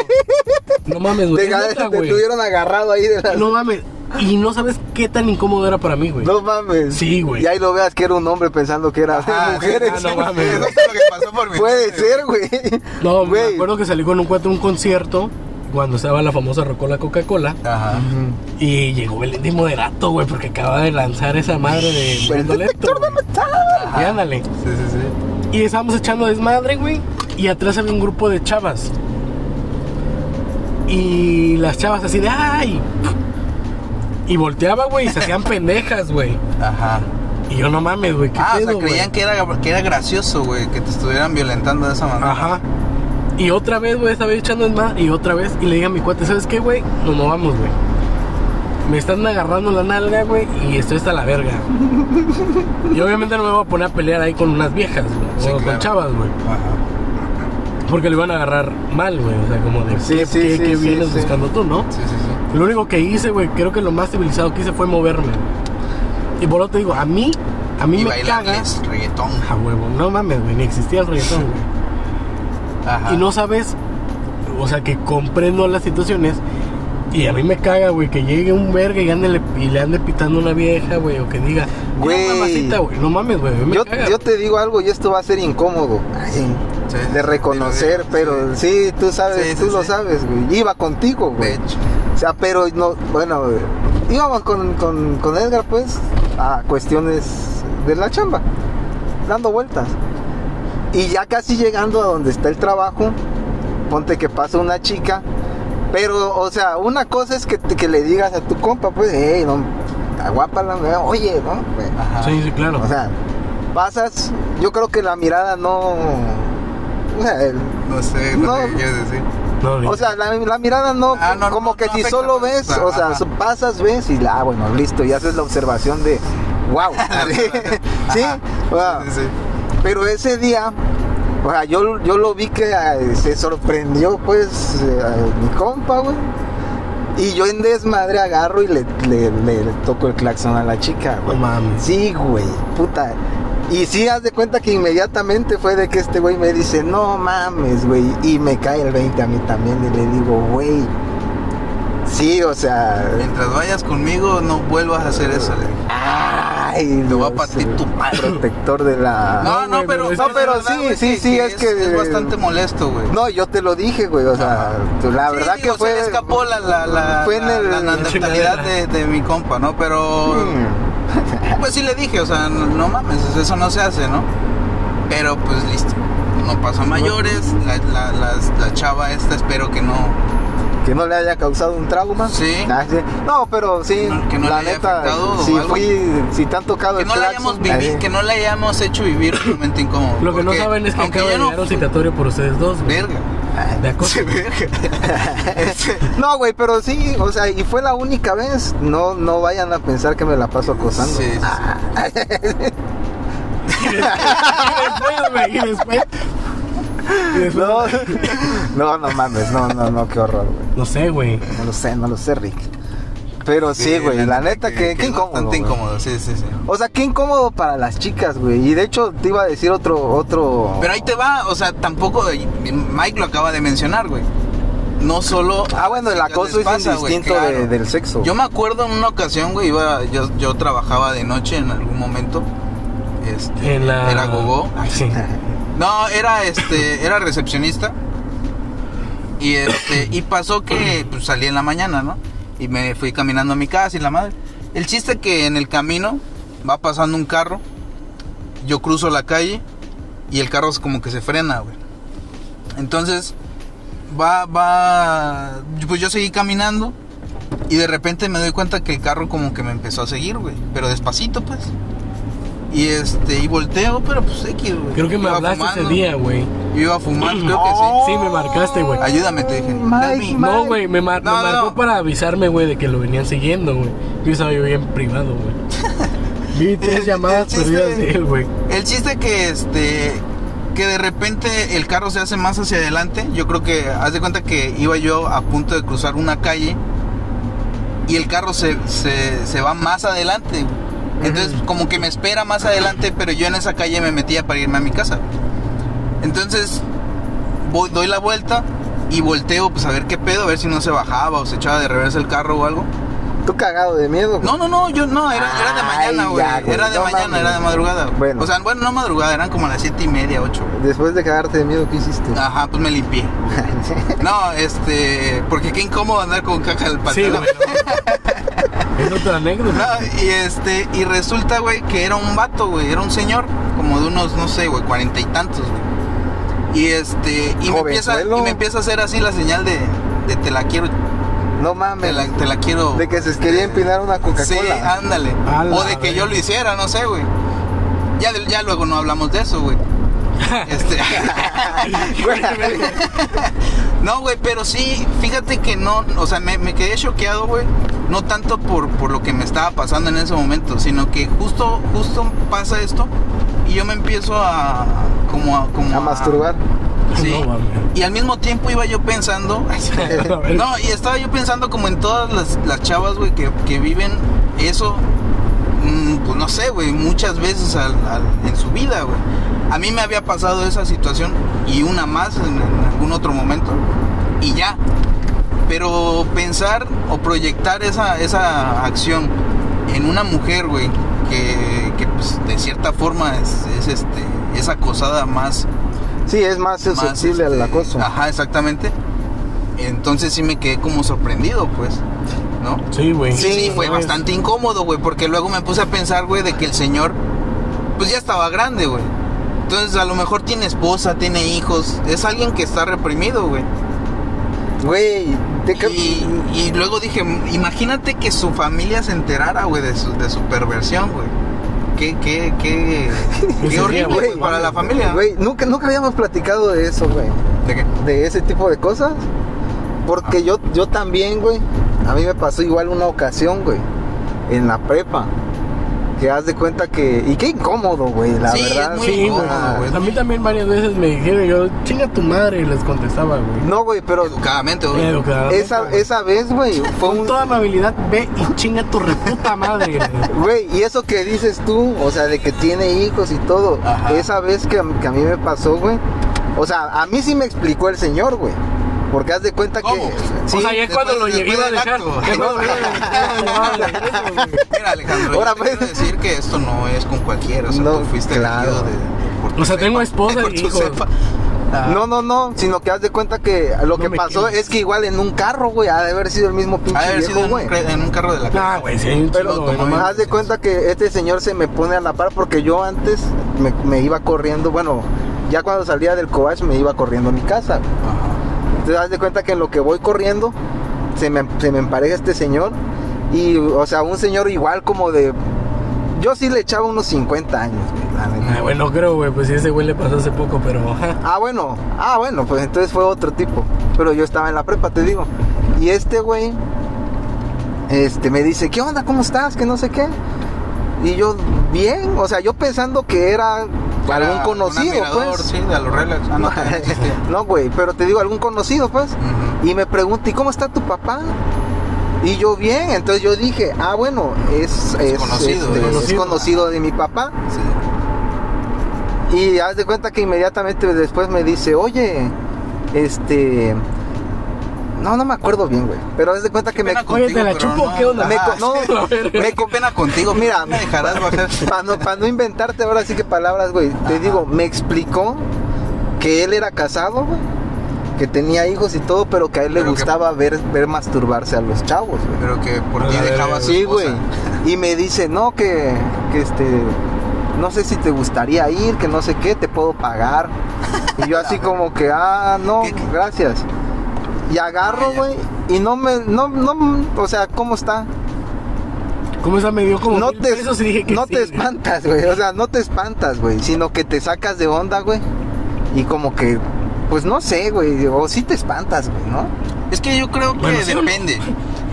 Speaker 2: No mames, güey.
Speaker 3: Te,
Speaker 2: es neta,
Speaker 3: te
Speaker 2: güey.
Speaker 3: tuvieron agarrado ahí de la.
Speaker 2: No mames. Y no sabes qué tan incómodo era para mí, güey.
Speaker 3: No mames.
Speaker 2: Sí, güey.
Speaker 3: Y ahí lo veas que era un hombre pensando que era de
Speaker 1: Ajá,
Speaker 3: mujeres.
Speaker 2: ah, no mames.
Speaker 1: Eso es lo que pasó por mi
Speaker 3: Puede
Speaker 1: mente,
Speaker 3: ser, güey.
Speaker 2: No, me
Speaker 3: güey.
Speaker 2: acuerdo que salí con un cuate a un concierto cuando estaba la famosa Rocola Coca-Cola
Speaker 1: güey. Ajá.
Speaker 2: y llegó Belendi Moderato, güey, porque acaba de lanzar esa madre de
Speaker 3: El
Speaker 2: Mendoleto.
Speaker 3: detector de
Speaker 2: güey.
Speaker 3: metal.
Speaker 2: Y ándale.
Speaker 1: Sí, sí, sí.
Speaker 2: Y estábamos echando desmadre, güey, y atrás había un grupo de chavas. Y las chavas así de ¡ay! Y volteaba, güey, y se hacían pendejas, güey.
Speaker 1: Ajá.
Speaker 2: Y yo no mames, güey, ¿qué
Speaker 1: Ah,
Speaker 2: pedo,
Speaker 1: o sea,
Speaker 2: güey?"
Speaker 1: creían que era, que era gracioso, güey, que te estuvieran violentando de esa manera.
Speaker 2: Ajá. Y otra vez, güey, esta vez echando en más. Y otra vez. Y le dije a mi cuate, ¿sabes qué, güey? No, no vamos, güey. Me están agarrando la nalga, güey. Y estoy hasta la verga. y obviamente no me voy a poner a pelear ahí con unas viejas, güey.
Speaker 1: Sí,
Speaker 2: o
Speaker 1: claro.
Speaker 2: con chavas, güey.
Speaker 1: Ajá.
Speaker 2: Porque le van a agarrar mal, güey. O sea, como de,
Speaker 3: Sí,
Speaker 2: ¿qué,
Speaker 3: sí,
Speaker 2: qué-
Speaker 3: sí,
Speaker 2: qué
Speaker 3: sí,
Speaker 2: vienes
Speaker 3: sí.
Speaker 2: buscando tú, no?
Speaker 1: Sí, sí, sí.
Speaker 2: Lo único que hice, güey, creo que lo más civilizado que hice fue moverme. güey. Y por otro te digo, a mí, a mí
Speaker 1: Y
Speaker 2: me
Speaker 1: bailarles
Speaker 2: cagas.
Speaker 1: reggaetón.
Speaker 2: A huevo, no mames, güey. Ni existía el reggaetón, güey.
Speaker 1: Ajá.
Speaker 2: Y no sabes, o sea, que comprendo las situaciones. Y a mí me caga, güey, que llegue un verga y, ándele- y le ande pitando una vieja, güey, o que diga, "Mira,
Speaker 3: Güey.
Speaker 2: mamacita, güey, no mames, güey, a mí me
Speaker 3: Yo,
Speaker 2: caga.
Speaker 3: yo te digo algo y esto va a ser incómodo. Ay,
Speaker 1: Sí,
Speaker 3: de reconocer,
Speaker 1: sí,
Speaker 3: pero
Speaker 1: sí.
Speaker 3: sí, tú sabes,
Speaker 1: Sí, sí,
Speaker 3: tú lo
Speaker 1: sí.
Speaker 3: sabes, güey. Iba contigo,
Speaker 1: De
Speaker 3: güey.
Speaker 1: hecho.
Speaker 3: O sea, pero no, bueno, güey, íbamos con, con, con Edgar, pues, a cuestiones de la chamba, dando vueltas. Y ya casi llegando a donde está el trabajo, ponte que pasa una chica, pero, o sea, una cosa es que, te- que le digas a tu compa, pues, hey, no, aguápala, güey, oye, ¿no? Güey,
Speaker 1: Ajá.
Speaker 2: Sí, sí, claro.
Speaker 3: o sea, pasas, yo creo que la mirada no. O sea, el-
Speaker 1: No sé lo
Speaker 3: No.
Speaker 1: que quieres decir.
Speaker 2: No, güey.
Speaker 3: o sea, la, la mirada no.
Speaker 1: Ah, no,
Speaker 3: como
Speaker 1: no,
Speaker 3: que
Speaker 1: no
Speaker 3: si
Speaker 1: afecta,
Speaker 3: solo
Speaker 1: pues,
Speaker 3: ves,
Speaker 1: ajá.
Speaker 3: o sea, so- pasas, ves y la, ah, bueno, listo, y haces la observación de. ¡Wow! sí,
Speaker 1: Ajá.
Speaker 3: o sea,
Speaker 1: Sí, sí, sí.
Speaker 3: pero ese día. O sea, yo, yo lo vi que eh, se sorprendió, pues, eh, a mi compa, güey. Y yo en desmadre agarro y le, le, le- le toco el claxon a la chica,
Speaker 2: No
Speaker 3: güey.
Speaker 2: mames.
Speaker 3: Sí, güey, puta. Y sí, haz de cuenta que inmediatamente fue de que este güey me dice, no mames, güey. Y me cae el 20 a mí también y le digo, güey. Sí, o sea...
Speaker 1: Mientras vayas conmigo, no vuelvas a hacer eso. le dije.
Speaker 3: Ay,
Speaker 1: Te voy a
Speaker 3: Dios,
Speaker 1: partir tu madre.
Speaker 3: Protector de la...
Speaker 1: No, no,
Speaker 2: güey,
Speaker 1: pero,
Speaker 2: pero es
Speaker 3: No,
Speaker 1: es
Speaker 3: pero
Speaker 1: verdad,
Speaker 3: sí,
Speaker 1: güey,
Speaker 3: sí, sí, es que-
Speaker 1: Es bastante molesto, güey.
Speaker 3: No, yo te lo dije, güey. O sea, tú- la
Speaker 1: Ah. Sí,
Speaker 3: verdad
Speaker 1: digo,
Speaker 3: que fue...
Speaker 1: Se le escapó la, la, la,
Speaker 3: fue en
Speaker 1: la-
Speaker 3: el-
Speaker 1: la neandertalidad de, de mi compa, ¿no? Pero.
Speaker 3: Mm.
Speaker 1: Pues sí le dije, o sea, no, no mames, eso no se hace, ¿no? Pero pues listo. No pasó a mayores. La, la, las- la chava esta, espero que no.
Speaker 3: Que no le haya causado un trauma.
Speaker 1: Sí.
Speaker 3: Ah, sí. No, pero sí,
Speaker 1: Que no le
Speaker 3: la
Speaker 1: haya
Speaker 3: neta,
Speaker 1: afectado o
Speaker 3: si
Speaker 1: algo.
Speaker 3: fui, si te han tocado
Speaker 1: Que
Speaker 3: el
Speaker 1: no, la
Speaker 3: claxon,
Speaker 1: hayamos vivi-
Speaker 3: eh,
Speaker 1: que no le hayamos hecho vivir un momento incómodo.
Speaker 2: Lo que no
Speaker 1: porque
Speaker 2: saben es que
Speaker 1: aunque
Speaker 2: acaba
Speaker 1: ya
Speaker 2: de
Speaker 1: no
Speaker 2: llegar un
Speaker 1: fui-
Speaker 2: citatorio por ustedes dos, güey.
Speaker 1: Verga.
Speaker 2: De acoso.
Speaker 1: Sí, verga. Este,
Speaker 3: No, güey, pero sí, o sea, y fue la única vez. No, no vayan a pensar que me la paso acosando.
Speaker 1: Sí, sí, sí.
Speaker 3: Ah,
Speaker 2: Después, güey, y después. y después-
Speaker 3: No, no, no mames, no, no, no, qué horror, güey.
Speaker 2: No sé, güey.
Speaker 3: No lo sé, no lo sé, Rick. Pero sí, güey, la, neta, que, qué
Speaker 1: es
Speaker 3: incómodo.
Speaker 1: Bastante
Speaker 3: güey.
Speaker 1: incómodo, sí, sí, sí.
Speaker 3: O sea, qué incómodo para las chicas, güey. Y de hecho, te iba a decir otro, otro.
Speaker 1: Pero ahí te va, o sea, tampoco. Mike lo acaba de mencionar, güey. No solo.
Speaker 3: Ah, bueno, el
Speaker 1: chicas les
Speaker 3: acoso es
Speaker 1: pasa, güey,
Speaker 3: indistinto de-
Speaker 1: claro.
Speaker 3: del sexo.
Speaker 1: Yo me acuerdo en una ocasión, güey, iba, yo, yo trabajaba de noche en algún momento. Este,
Speaker 2: En la.
Speaker 1: Era gogó.
Speaker 2: Sí.
Speaker 1: No, era este, era recepcionista. Y este, y pasó que pues, salí en la mañana, ¿no? Y me fui caminando a mi casa y la madre. El chiste que en el camino va pasando un carro, yo cruzo la calle y el carro es como que se frena, güey. Entonces, va, va, pues yo seguí caminando y de repente me doy cuenta que el carro como que me empezó a seguir, güey. Pero despacito, pues. Y este, y volteo, pero pues X, güey.
Speaker 2: Creo que me
Speaker 1: Iba
Speaker 2: hablaste
Speaker 1: fumando.
Speaker 2: ese día, güey.
Speaker 1: Yo iba a fumar, creo que sí.
Speaker 3: No.
Speaker 2: Sí, me marcaste, güey.
Speaker 1: Ayúdame, te dije.
Speaker 3: Mike,
Speaker 1: Dame.
Speaker 2: No, güey, me, mar-
Speaker 1: No,
Speaker 2: me
Speaker 1: no,
Speaker 2: marcó
Speaker 1: no.
Speaker 2: para avisarme, güey, de que lo venían siguiendo, güey. Yo estaba yo bien privado, güey. Vi tres
Speaker 1: El-
Speaker 2: llamadas
Speaker 1: el chiste-
Speaker 2: perdidas de él, güey.
Speaker 1: El chiste que este que de repente el carro se hace más hacia adelante. Yo creo que haz de cuenta que iba yo a punto de cruzar una calle y el carro se, se, se va más adelante. Entonces
Speaker 2: Ujú.
Speaker 1: como que me espera más adelante, pero yo en esa calle me metía para irme a mi casa. Entonces voy, doy la vuelta y volteo pues a ver qué pedo, a ver si no se bajaba o se echaba de reversa el carro o algo.
Speaker 3: Tú cagado de miedo, güey.
Speaker 1: No, no, no, yo no, era, era de mañana,
Speaker 3: Ay,
Speaker 1: güey.
Speaker 3: ya, güey,
Speaker 1: Era de
Speaker 3: no
Speaker 1: mañana,
Speaker 3: mames.
Speaker 1: era de madrugada. güey.
Speaker 3: Bueno.
Speaker 1: O sea, bueno, no madrugada, eran como las siete y media, ocho. güey.
Speaker 3: Después de cagarte de miedo, ¿qué hiciste?
Speaker 1: Ajá, pues me limpié. No, este, porque qué incómodo andar con caca al
Speaker 2: Sí,
Speaker 1: pantalón.
Speaker 2: güey. Es otra anécdota.
Speaker 1: No, y este, y resulta, güey, que era un vato, güey, era un señor, como de unos, no sé, güey, cuarenta y tantos, güey. Y este, y me, empieza,
Speaker 3: Jovenzuelo.
Speaker 1: y me empieza a hacer así la señal de, de te la quiero,
Speaker 3: No
Speaker 1: te
Speaker 3: mames.
Speaker 1: la, te la quiero.
Speaker 3: De que se quería empinar una Coca-Cola.
Speaker 1: Sí, ah, ándale.
Speaker 2: A la
Speaker 1: O de que
Speaker 2: verga.
Speaker 1: yo lo hiciera, no sé, güey. Ya, de- ya luego no hablamos de eso, güey. Este, no, güey, pero sí, fíjate que no, o sea, me, me quedé choqueado, güey. No tanto por, por lo que me estaba pasando en ese momento, sino que justo, justo pasa esto y yo me empiezo a, como a, como
Speaker 3: a masturbar.
Speaker 1: Sí.
Speaker 2: No, mames.
Speaker 1: Y al mismo tiempo iba yo pensando,
Speaker 2: A ver,
Speaker 1: No, y estaba yo pensando como en todas las, las chavas, güey, que, que viven eso, mm, pues no sé, güey, muchas veces al- al- en su vida, güey. A mí me había pasado esa situación y una más en, en algún otro momento y ya. Pero pensar o proyectar esa, esa acción en una mujer, güey, que, que, pues, de cierta forma es, es, este, es acosada más
Speaker 3: Sí, es más
Speaker 1: más,
Speaker 3: susceptible al
Speaker 1: este,
Speaker 3: acoso.
Speaker 1: Ajá, exactamente. Entonces sí me quedé como sorprendido, pues, ¿no?
Speaker 2: Sí, güey.
Speaker 1: Sí, sí, fue
Speaker 2: No mames.
Speaker 1: bastante incómodo, güey, porque luego me puse a pensar, güey, de que el señor, pues ya estaba grande, güey. Entonces a lo mejor tiene esposa, tiene hijos, es alguien que está reprimido, güey.
Speaker 3: Güey, te ca-
Speaker 1: Y, y luego dije, imagínate que su familia se enterara, güey, de su, de su perversión, güey. Qué, qué, qué,
Speaker 2: Pues
Speaker 1: qué
Speaker 2: sería,
Speaker 1: horrible
Speaker 3: güey,
Speaker 1: güey, para la familia.
Speaker 3: Güey, nunca, nunca habíamos platicado de eso, güey.
Speaker 1: ¿De qué?
Speaker 3: De ese tipo de cosas. Porque
Speaker 1: Ah.
Speaker 3: yo, yo también, güey. A mí me pasó igual una ocasión, güey. En la prepa. Que haz de cuenta que. Y qué incómodo, güey, la
Speaker 1: Sí, es
Speaker 3: verdad.
Speaker 1: muy
Speaker 2: Sí, güey.
Speaker 1: incómodo, güey.
Speaker 2: A mí también varias veces me dijeron, yo, chinga tu madre, y les contestaba, güey.
Speaker 3: No, güey, pero
Speaker 1: Educadamente, güey.
Speaker 2: Educadamente,
Speaker 3: esa,
Speaker 2: güey.
Speaker 3: esa vez, güey, fue
Speaker 2: Con
Speaker 3: un.
Speaker 2: toda amabilidad, ve y chinga tu reputa madre. güey.
Speaker 3: Güey, y eso que dices tú, o sea, de que tiene hijos y todo,
Speaker 1: Ajá.
Speaker 3: esa vez que, a- que a mí me pasó, güey, o sea, a mí sí me explicó el señor, güey, porque haz de cuenta
Speaker 1: ¿Cómo?
Speaker 3: que... Sí,
Speaker 2: o sea, ya
Speaker 1: después-
Speaker 2: cuando lo
Speaker 1: después
Speaker 2: llegué iba a
Speaker 1: del
Speaker 2: dejar.
Speaker 1: acto.
Speaker 2: que no, güey, no, güey, güey.
Speaker 1: Mira, Alejandro,
Speaker 3: Ahora,
Speaker 1: Ahora, yo te
Speaker 3: pues.
Speaker 1: quiero decir que esto no es con cualquiera. O sea,
Speaker 3: No,
Speaker 1: tú fuiste
Speaker 3: claro.
Speaker 1: elegido de- por tu
Speaker 2: O sea, tengo esposa
Speaker 1: por
Speaker 2: y
Speaker 1: tu
Speaker 2: hijos.
Speaker 1: cepa. Ah,
Speaker 3: no, no, no, sino que haz de cuenta que
Speaker 2: No
Speaker 3: lo que
Speaker 2: me
Speaker 3: pasó
Speaker 2: quemes.
Speaker 3: es que igual en un carro, güey, ha de haber sido el mismo
Speaker 1: ha de
Speaker 3: pinche
Speaker 1: haber sido
Speaker 3: viejo,
Speaker 1: en un,
Speaker 3: güey.
Speaker 1: cre- en un carro de la
Speaker 2: Nah, Ah, güey, sí, hay un
Speaker 1: Pero
Speaker 2: chingo, güey, no
Speaker 1: automóvil.
Speaker 2: mames.
Speaker 3: Haz de cuenta que este señor se me pone a la par porque yo antes me, me iba corriendo, bueno, ya cuando salía del cobach me iba corriendo a mi casa, güey.
Speaker 1: Ajá.
Speaker 3: Entonces, haz de cuenta que en lo que voy corriendo, se me, se me empareja este señor. Y, o sea, un señor igual como de. Yo sí le echaba unos 50 años, güey, la neta.
Speaker 1: Ah,
Speaker 2: Ay, güey, no creo, güey, pues sí, ese güey le pasó hace poco, pero ajá.
Speaker 3: Ah, bueno, ah, bueno, pues entonces fue otro tipo. Pero yo estaba en la prepa, te digo. Y este güey este, me dice, ¿qué onda? ¿Cómo estás? Que no sé qué. Y yo, bien, o sea, yo pensando que era
Speaker 1: Era
Speaker 3: algún
Speaker 1: un
Speaker 3: conocido,
Speaker 1: admirador,
Speaker 3: pues.
Speaker 1: Sí, de a los relax. Ah, no, también existe.
Speaker 3: no, güey, pero te digo, algún conocido, pues.
Speaker 1: Ujú.
Speaker 3: Y me pregunta, ¿y cómo está tu papá? Y yo bien, entonces yo dije, ah, bueno, es, es,
Speaker 1: conocido,
Speaker 3: este,
Speaker 1: es
Speaker 3: es
Speaker 2: conocido.
Speaker 3: conocido de mi papá.
Speaker 1: Sí.
Speaker 3: Y haz de cuenta que inmediatamente después me dice, oye, este... No, no me acuerdo bien, güey. Pero haz de cuenta que me...
Speaker 1: pena
Speaker 2: Oye, ¿te la
Speaker 1: Contigo,
Speaker 2: chupo
Speaker 1: pero
Speaker 2: o qué
Speaker 1: no,
Speaker 2: onda?
Speaker 3: me co- no,
Speaker 2: La verga.
Speaker 1: Qué pena contigo.
Speaker 3: Mira,
Speaker 1: me dejarás bajar.
Speaker 3: para no, pa' no inventarte ahora sí que palabras, güey. Te
Speaker 1: Ajá.
Speaker 3: digo, me explicó que él era casado, güey. Que tenía hijos y todo, pero que a él le
Speaker 1: Pero que-
Speaker 3: gustaba ver, ver masturbarse a los chavos, güey.
Speaker 1: Pero que por
Speaker 2: A
Speaker 1: ti
Speaker 2: la verga,
Speaker 1: dejaba a su
Speaker 3: Sí,
Speaker 1: esposa.
Speaker 3: güey. Y me dice, no, que, que este, no sé si te gustaría ir, que no sé qué, te puedo pagar. Y yo así como que, ah, no,
Speaker 1: ¿Qué, qué?
Speaker 3: gracias. Y agarro,
Speaker 1: Ah, ya.
Speaker 3: güey, y no me, no, no, o sea, ¿cómo está?
Speaker 2: ¿Cómo esa me dio como
Speaker 3: No
Speaker 2: mil
Speaker 3: te,
Speaker 2: pesos y dije que
Speaker 3: no
Speaker 2: sí,
Speaker 3: te
Speaker 2: güey.
Speaker 3: espantas, güey, o sea, no te espantas, güey, sino que te sacas de onda, güey. Y como que, pues no sé, güey, o sí te espantas, güey, ¿no?
Speaker 1: Es que yo creo que
Speaker 2: Bueno, sí o no.
Speaker 1: depende.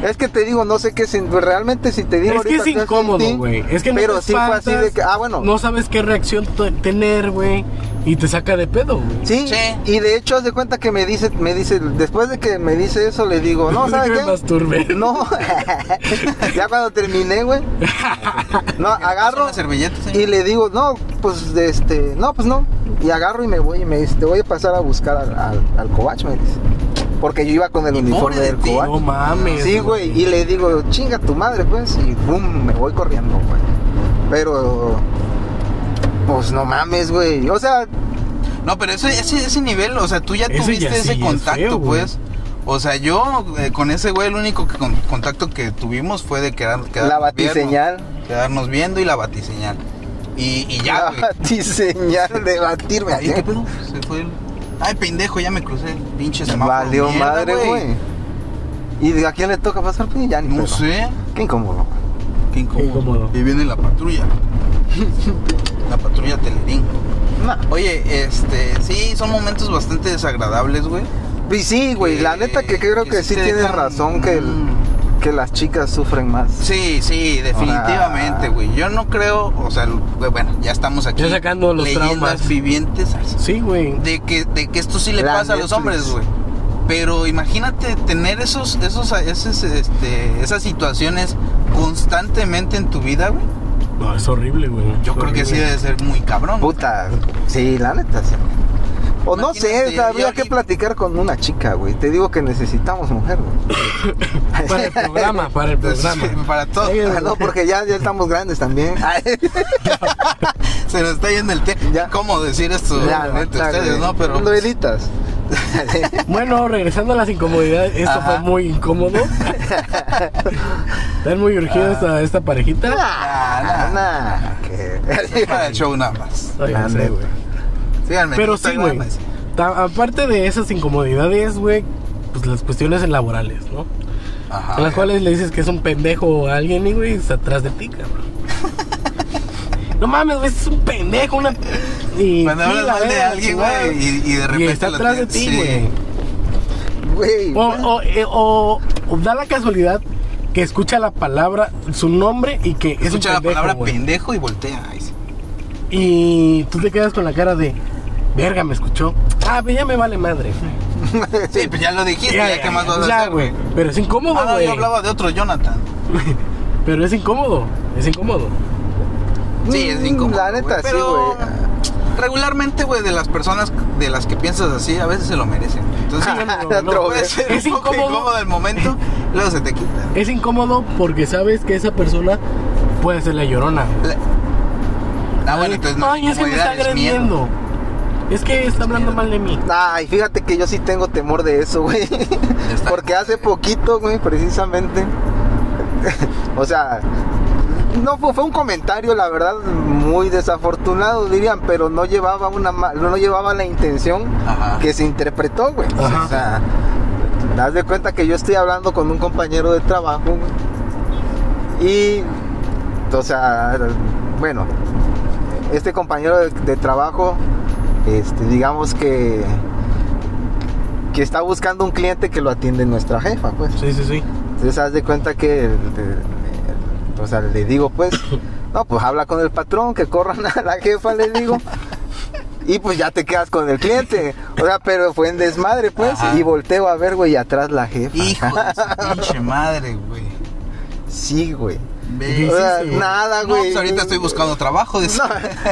Speaker 3: Es que te digo, no sé qué, sen- realmente si te digo
Speaker 2: Es que
Speaker 3: ahorita
Speaker 2: es
Speaker 3: qué
Speaker 2: incómodo,
Speaker 3: sentí,
Speaker 2: güey. Es que no
Speaker 3: pero
Speaker 2: te
Speaker 3: sí fue así de que, ah, bueno.
Speaker 2: No sabes qué reacción t- tener, güey. Y te saca de pedo, güey.
Speaker 3: Sí,
Speaker 1: Sí.
Speaker 3: y de hecho haz de cuenta que me dice, me dice, después de que me dice eso le digo, no,
Speaker 2: Después de que me
Speaker 3: ¿sabes
Speaker 2: masturbé.
Speaker 3: qué? No, ya cuando terminé, güey, no, agarro
Speaker 1: Una servilleta, sí.
Speaker 3: y le digo, no, pues de este, no, pues no, y agarro y me voy y me dice, te voy a pasar a buscar al, al, al Covach", me dice, porque yo iba con el
Speaker 1: pobre
Speaker 3: uniforme
Speaker 1: de
Speaker 3: del
Speaker 1: ti,
Speaker 3: cobach.
Speaker 2: No mames.
Speaker 3: Sí, güey, y le digo, chinga tu madre, pues, y boom, me voy corriendo, güey. Pero, pues no mames, güey, o sea,
Speaker 1: No, pero ese, ese, ese nivel, o sea, tú ya
Speaker 2: Ese ya
Speaker 1: tuviste
Speaker 2: sí
Speaker 1: ese
Speaker 2: es
Speaker 1: contacto,
Speaker 2: feo, güey.
Speaker 1: pues. O sea, yo eh, con ese güey, el único que con- contacto que tuvimos fue de quedar, quedarnos
Speaker 3: la batiseñal.
Speaker 1: viendo, quedarnos viendo y la batiseñal. Y, y
Speaker 3: Ah,
Speaker 1: ya, güey.
Speaker 3: Batiseñal de batirme.
Speaker 1: Ay, ¿Qué pedo? Se fue el... Ay, pendejo, ya me crucé. Pinche semáforo.
Speaker 3: Valió
Speaker 1: mierda,
Speaker 3: madre, güey. ¿Y de a quién le toca pasar? Pues ya ni
Speaker 1: No
Speaker 3: pedo.
Speaker 1: sé.
Speaker 3: Qué incómodo.
Speaker 1: Qué incómodo.
Speaker 2: Qué incómodo.
Speaker 1: Y viene la patrulla. la patrulla Telerín. Oye, este, sí, son momentos bastante desagradables, güey.
Speaker 3: Y sí, güey, la
Speaker 1: Que-
Speaker 3: neta que creo que,
Speaker 1: que sí
Speaker 3: sí
Speaker 1: te
Speaker 3: tienes
Speaker 1: dejan-
Speaker 3: razón que, el-
Speaker 1: Mm.
Speaker 3: que las chicas sufren más.
Speaker 1: Sí, sí, definitivamente,
Speaker 3: Ah.
Speaker 1: güey. Yo no creo, o sea, lo- güey, bueno, ya estamos aquí.
Speaker 2: Ya sacando los
Speaker 1: leyendas
Speaker 2: traumas.
Speaker 1: vivientes
Speaker 2: Sí, güey.
Speaker 1: de que, de que esto sí le
Speaker 3: La
Speaker 1: pasa a los
Speaker 3: Netflix.
Speaker 1: hombres, güey. Pero imagínate tener esos, esos, esos, este, esas situaciones constantemente en tu vida, güey.
Speaker 2: No, es horrible, güey.
Speaker 1: Yo creo que sí
Speaker 2: Horrible.
Speaker 1: debe ser muy cabrón.
Speaker 3: Puta, sí, la neta sí. O no sé,
Speaker 1: Imagínate,
Speaker 3: habría
Speaker 1: yo
Speaker 3: que
Speaker 1: ahorita-
Speaker 3: platicar con una chica, güey. Te digo que necesitamos mujer, güey.
Speaker 2: Para el programa, para el programa.
Speaker 1: eh. Sí, Ah, para todo.
Speaker 2: Ahí
Speaker 3: Ah, no, porque ya, ya estamos grandes también.
Speaker 1: Ay. Se nos está yendo el tema.
Speaker 3: Ya.
Speaker 1: ¿Cómo decir esto?
Speaker 3: Ya,
Speaker 1: Realmente
Speaker 3: está,
Speaker 1: ustedes,
Speaker 3: güey.
Speaker 1: ¿no? Pero.
Speaker 3: Lo editas.
Speaker 2: Bueno, regresando a las incomodidades, esto
Speaker 1: Ajá.
Speaker 2: fue muy incómodo. Están muy urgidos
Speaker 1: Ah.
Speaker 2: esta, esta parejita.
Speaker 1: Nah, nah.
Speaker 3: Nah, nah, Ah, que-
Speaker 1: Para el show nada más.
Speaker 2: Ay,
Speaker 3: la
Speaker 2: no sé,
Speaker 3: neta.
Speaker 2: güey.
Speaker 1: Síganme. en
Speaker 2: Pero sí,
Speaker 1: Instagram,
Speaker 2: güey.
Speaker 1: así.
Speaker 2: Ta- Aparte de esas incomodidades, güey, pues las cuestiones laborales, ¿no?
Speaker 1: Ajá.
Speaker 2: en las
Speaker 1: güey.
Speaker 2: cuales le dices que es un pendejo a alguien, y, güey, está atrás de ti, cabrón. no mames, güey, es un pendejo, una. Y
Speaker 1: Cuando
Speaker 2: sí,
Speaker 1: hablas
Speaker 2: la
Speaker 1: mal de
Speaker 2: verga,
Speaker 1: alguien,
Speaker 2: chingada.
Speaker 1: güey, y, y de repente.
Speaker 2: Y está
Speaker 1: lo
Speaker 2: atrás de
Speaker 1: tienes-
Speaker 2: ti,
Speaker 1: sí.
Speaker 2: güey.
Speaker 3: Güey.
Speaker 1: Oh,
Speaker 2: O, o- eh, o- o da la casualidad que escucha la palabra, su nombre y que es un
Speaker 1: Escucha la
Speaker 2: pendejo,
Speaker 1: palabra
Speaker 2: güey.
Speaker 1: pendejo y voltea. Ay, sí.
Speaker 2: Y tú te quedas con la cara de, verga, me escuchó. Ah, pues ya me vale madre.
Speaker 1: Sí, pues ya lo dijiste, ya, que más vas a
Speaker 2: ya,
Speaker 1: hacer.
Speaker 2: güey. Pero es incómodo,
Speaker 1: Ah, no,
Speaker 2: güey.
Speaker 1: yo hablaba de otro Jonathan.
Speaker 2: Pero es incómodo, es incómodo.
Speaker 1: Sí, es
Speaker 3: Mm,
Speaker 1: incómodo.
Speaker 3: La neta,
Speaker 1: güey, pero
Speaker 3: sí, güey.
Speaker 1: Regularmente, güey, de las personas de las que piensas así, a veces se lo merecen. Entonces,
Speaker 2: Sí, no,
Speaker 3: La
Speaker 2: no,
Speaker 3: droga.
Speaker 1: puede ser
Speaker 2: Es
Speaker 1: un poco
Speaker 2: incómodo.
Speaker 1: incómodo el momento, luego se te quita.
Speaker 2: Es incómodo porque sabes que esa persona puede ser la llorona.
Speaker 1: La- Ah, bueno, entonces no.
Speaker 2: Ay, es que me está
Speaker 1: incomodidad, es miedo.
Speaker 2: agrediendo. Es que está hablando
Speaker 1: miedo.
Speaker 2: mal de mí.
Speaker 3: Ay, fíjate que yo sí tengo temor de eso, güey.
Speaker 1: está.
Speaker 3: Porque hace poquito, güey, precisamente. o sea, no fue, fue un comentario, la verdad, muy desafortunado, dirían, pero no llevaba una ma- no llevaba la intención
Speaker 1: Ajá.
Speaker 3: que se interpretó, güey.
Speaker 2: Ajá.
Speaker 3: O sea, te das de cuenta que yo estoy hablando con un compañero de trabajo, güey. Y o sea, bueno, este compañero de, de trabajo, este, digamos que que está buscando un cliente que lo atiende nuestra jefa, pues.
Speaker 2: Sí, sí, sí.
Speaker 3: Entonces haz de cuenta que el- el- el- o sea, le digo pues, no, pues habla con el patrón, que corran a la jefa, le digo. Y pues ya te quedas con el cliente. O sea, pero fue en desmadre, pues.
Speaker 1: Ajá.
Speaker 3: Y volteo a ver, güey, y atrás la jefa.
Speaker 1: Hijo de su pinche madre, güey.
Speaker 3: Sí, güey.
Speaker 1: Ve.
Speaker 2: ¿Qué
Speaker 3: O sea,
Speaker 2: hiciste, güey?
Speaker 3: nada,
Speaker 1: No,
Speaker 3: güey.
Speaker 1: pues ahorita estoy buscando trabajo. dice.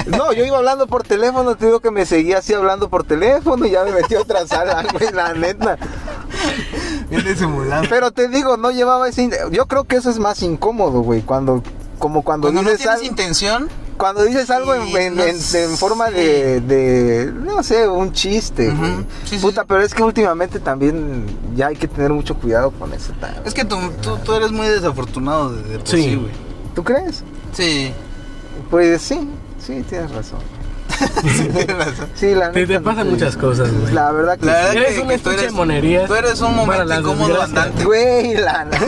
Speaker 3: No, no, yo iba hablando por teléfono, te digo que me seguía así hablando por teléfono y ya me metí a otra sala, güey, la neta.
Speaker 1: Bien disimulado.
Speaker 3: Pero te digo, no llevaba ese... in- Yo creo que eso es más incómodo, güey, cuando... Como cuando,
Speaker 1: Cuando no
Speaker 3: dices
Speaker 1: tienes
Speaker 3: al-
Speaker 1: intención,
Speaker 3: Cuando dices algo en,
Speaker 1: Sí,
Speaker 3: en-
Speaker 1: no
Speaker 3: en-
Speaker 1: sé.
Speaker 3: en forma de, de, no sé, un chiste.
Speaker 1: Ujú.
Speaker 3: güey.
Speaker 1: Sí, sí,
Speaker 3: Puta,
Speaker 1: sí.
Speaker 3: pero es que últimamente también ya hay que tener mucho cuidado con eso. ta-
Speaker 1: es que tú, tú, tú eres muy desafortunado de, de por
Speaker 2: Sí.
Speaker 1: Pues sí, güey.
Speaker 3: ¿Tú crees?
Speaker 1: Sí,
Speaker 3: Pues sí, sí, tienes razón.
Speaker 1: sí, tienes razón.
Speaker 3: Sí, la
Speaker 2: Te, te
Speaker 3: neta, no
Speaker 2: pasan
Speaker 3: te-
Speaker 2: muchas cosas, güey.
Speaker 3: La verdad que
Speaker 1: La
Speaker 3: sí.
Speaker 1: verdad
Speaker 2: Eres
Speaker 1: que-
Speaker 2: un
Speaker 1: que tú
Speaker 2: estuche
Speaker 1: eres-
Speaker 2: de monerías.
Speaker 1: tú eres un
Speaker 2: para
Speaker 1: momento
Speaker 2: las
Speaker 1: incómodo
Speaker 2: desgracias.
Speaker 1: andante.
Speaker 3: Güey, la.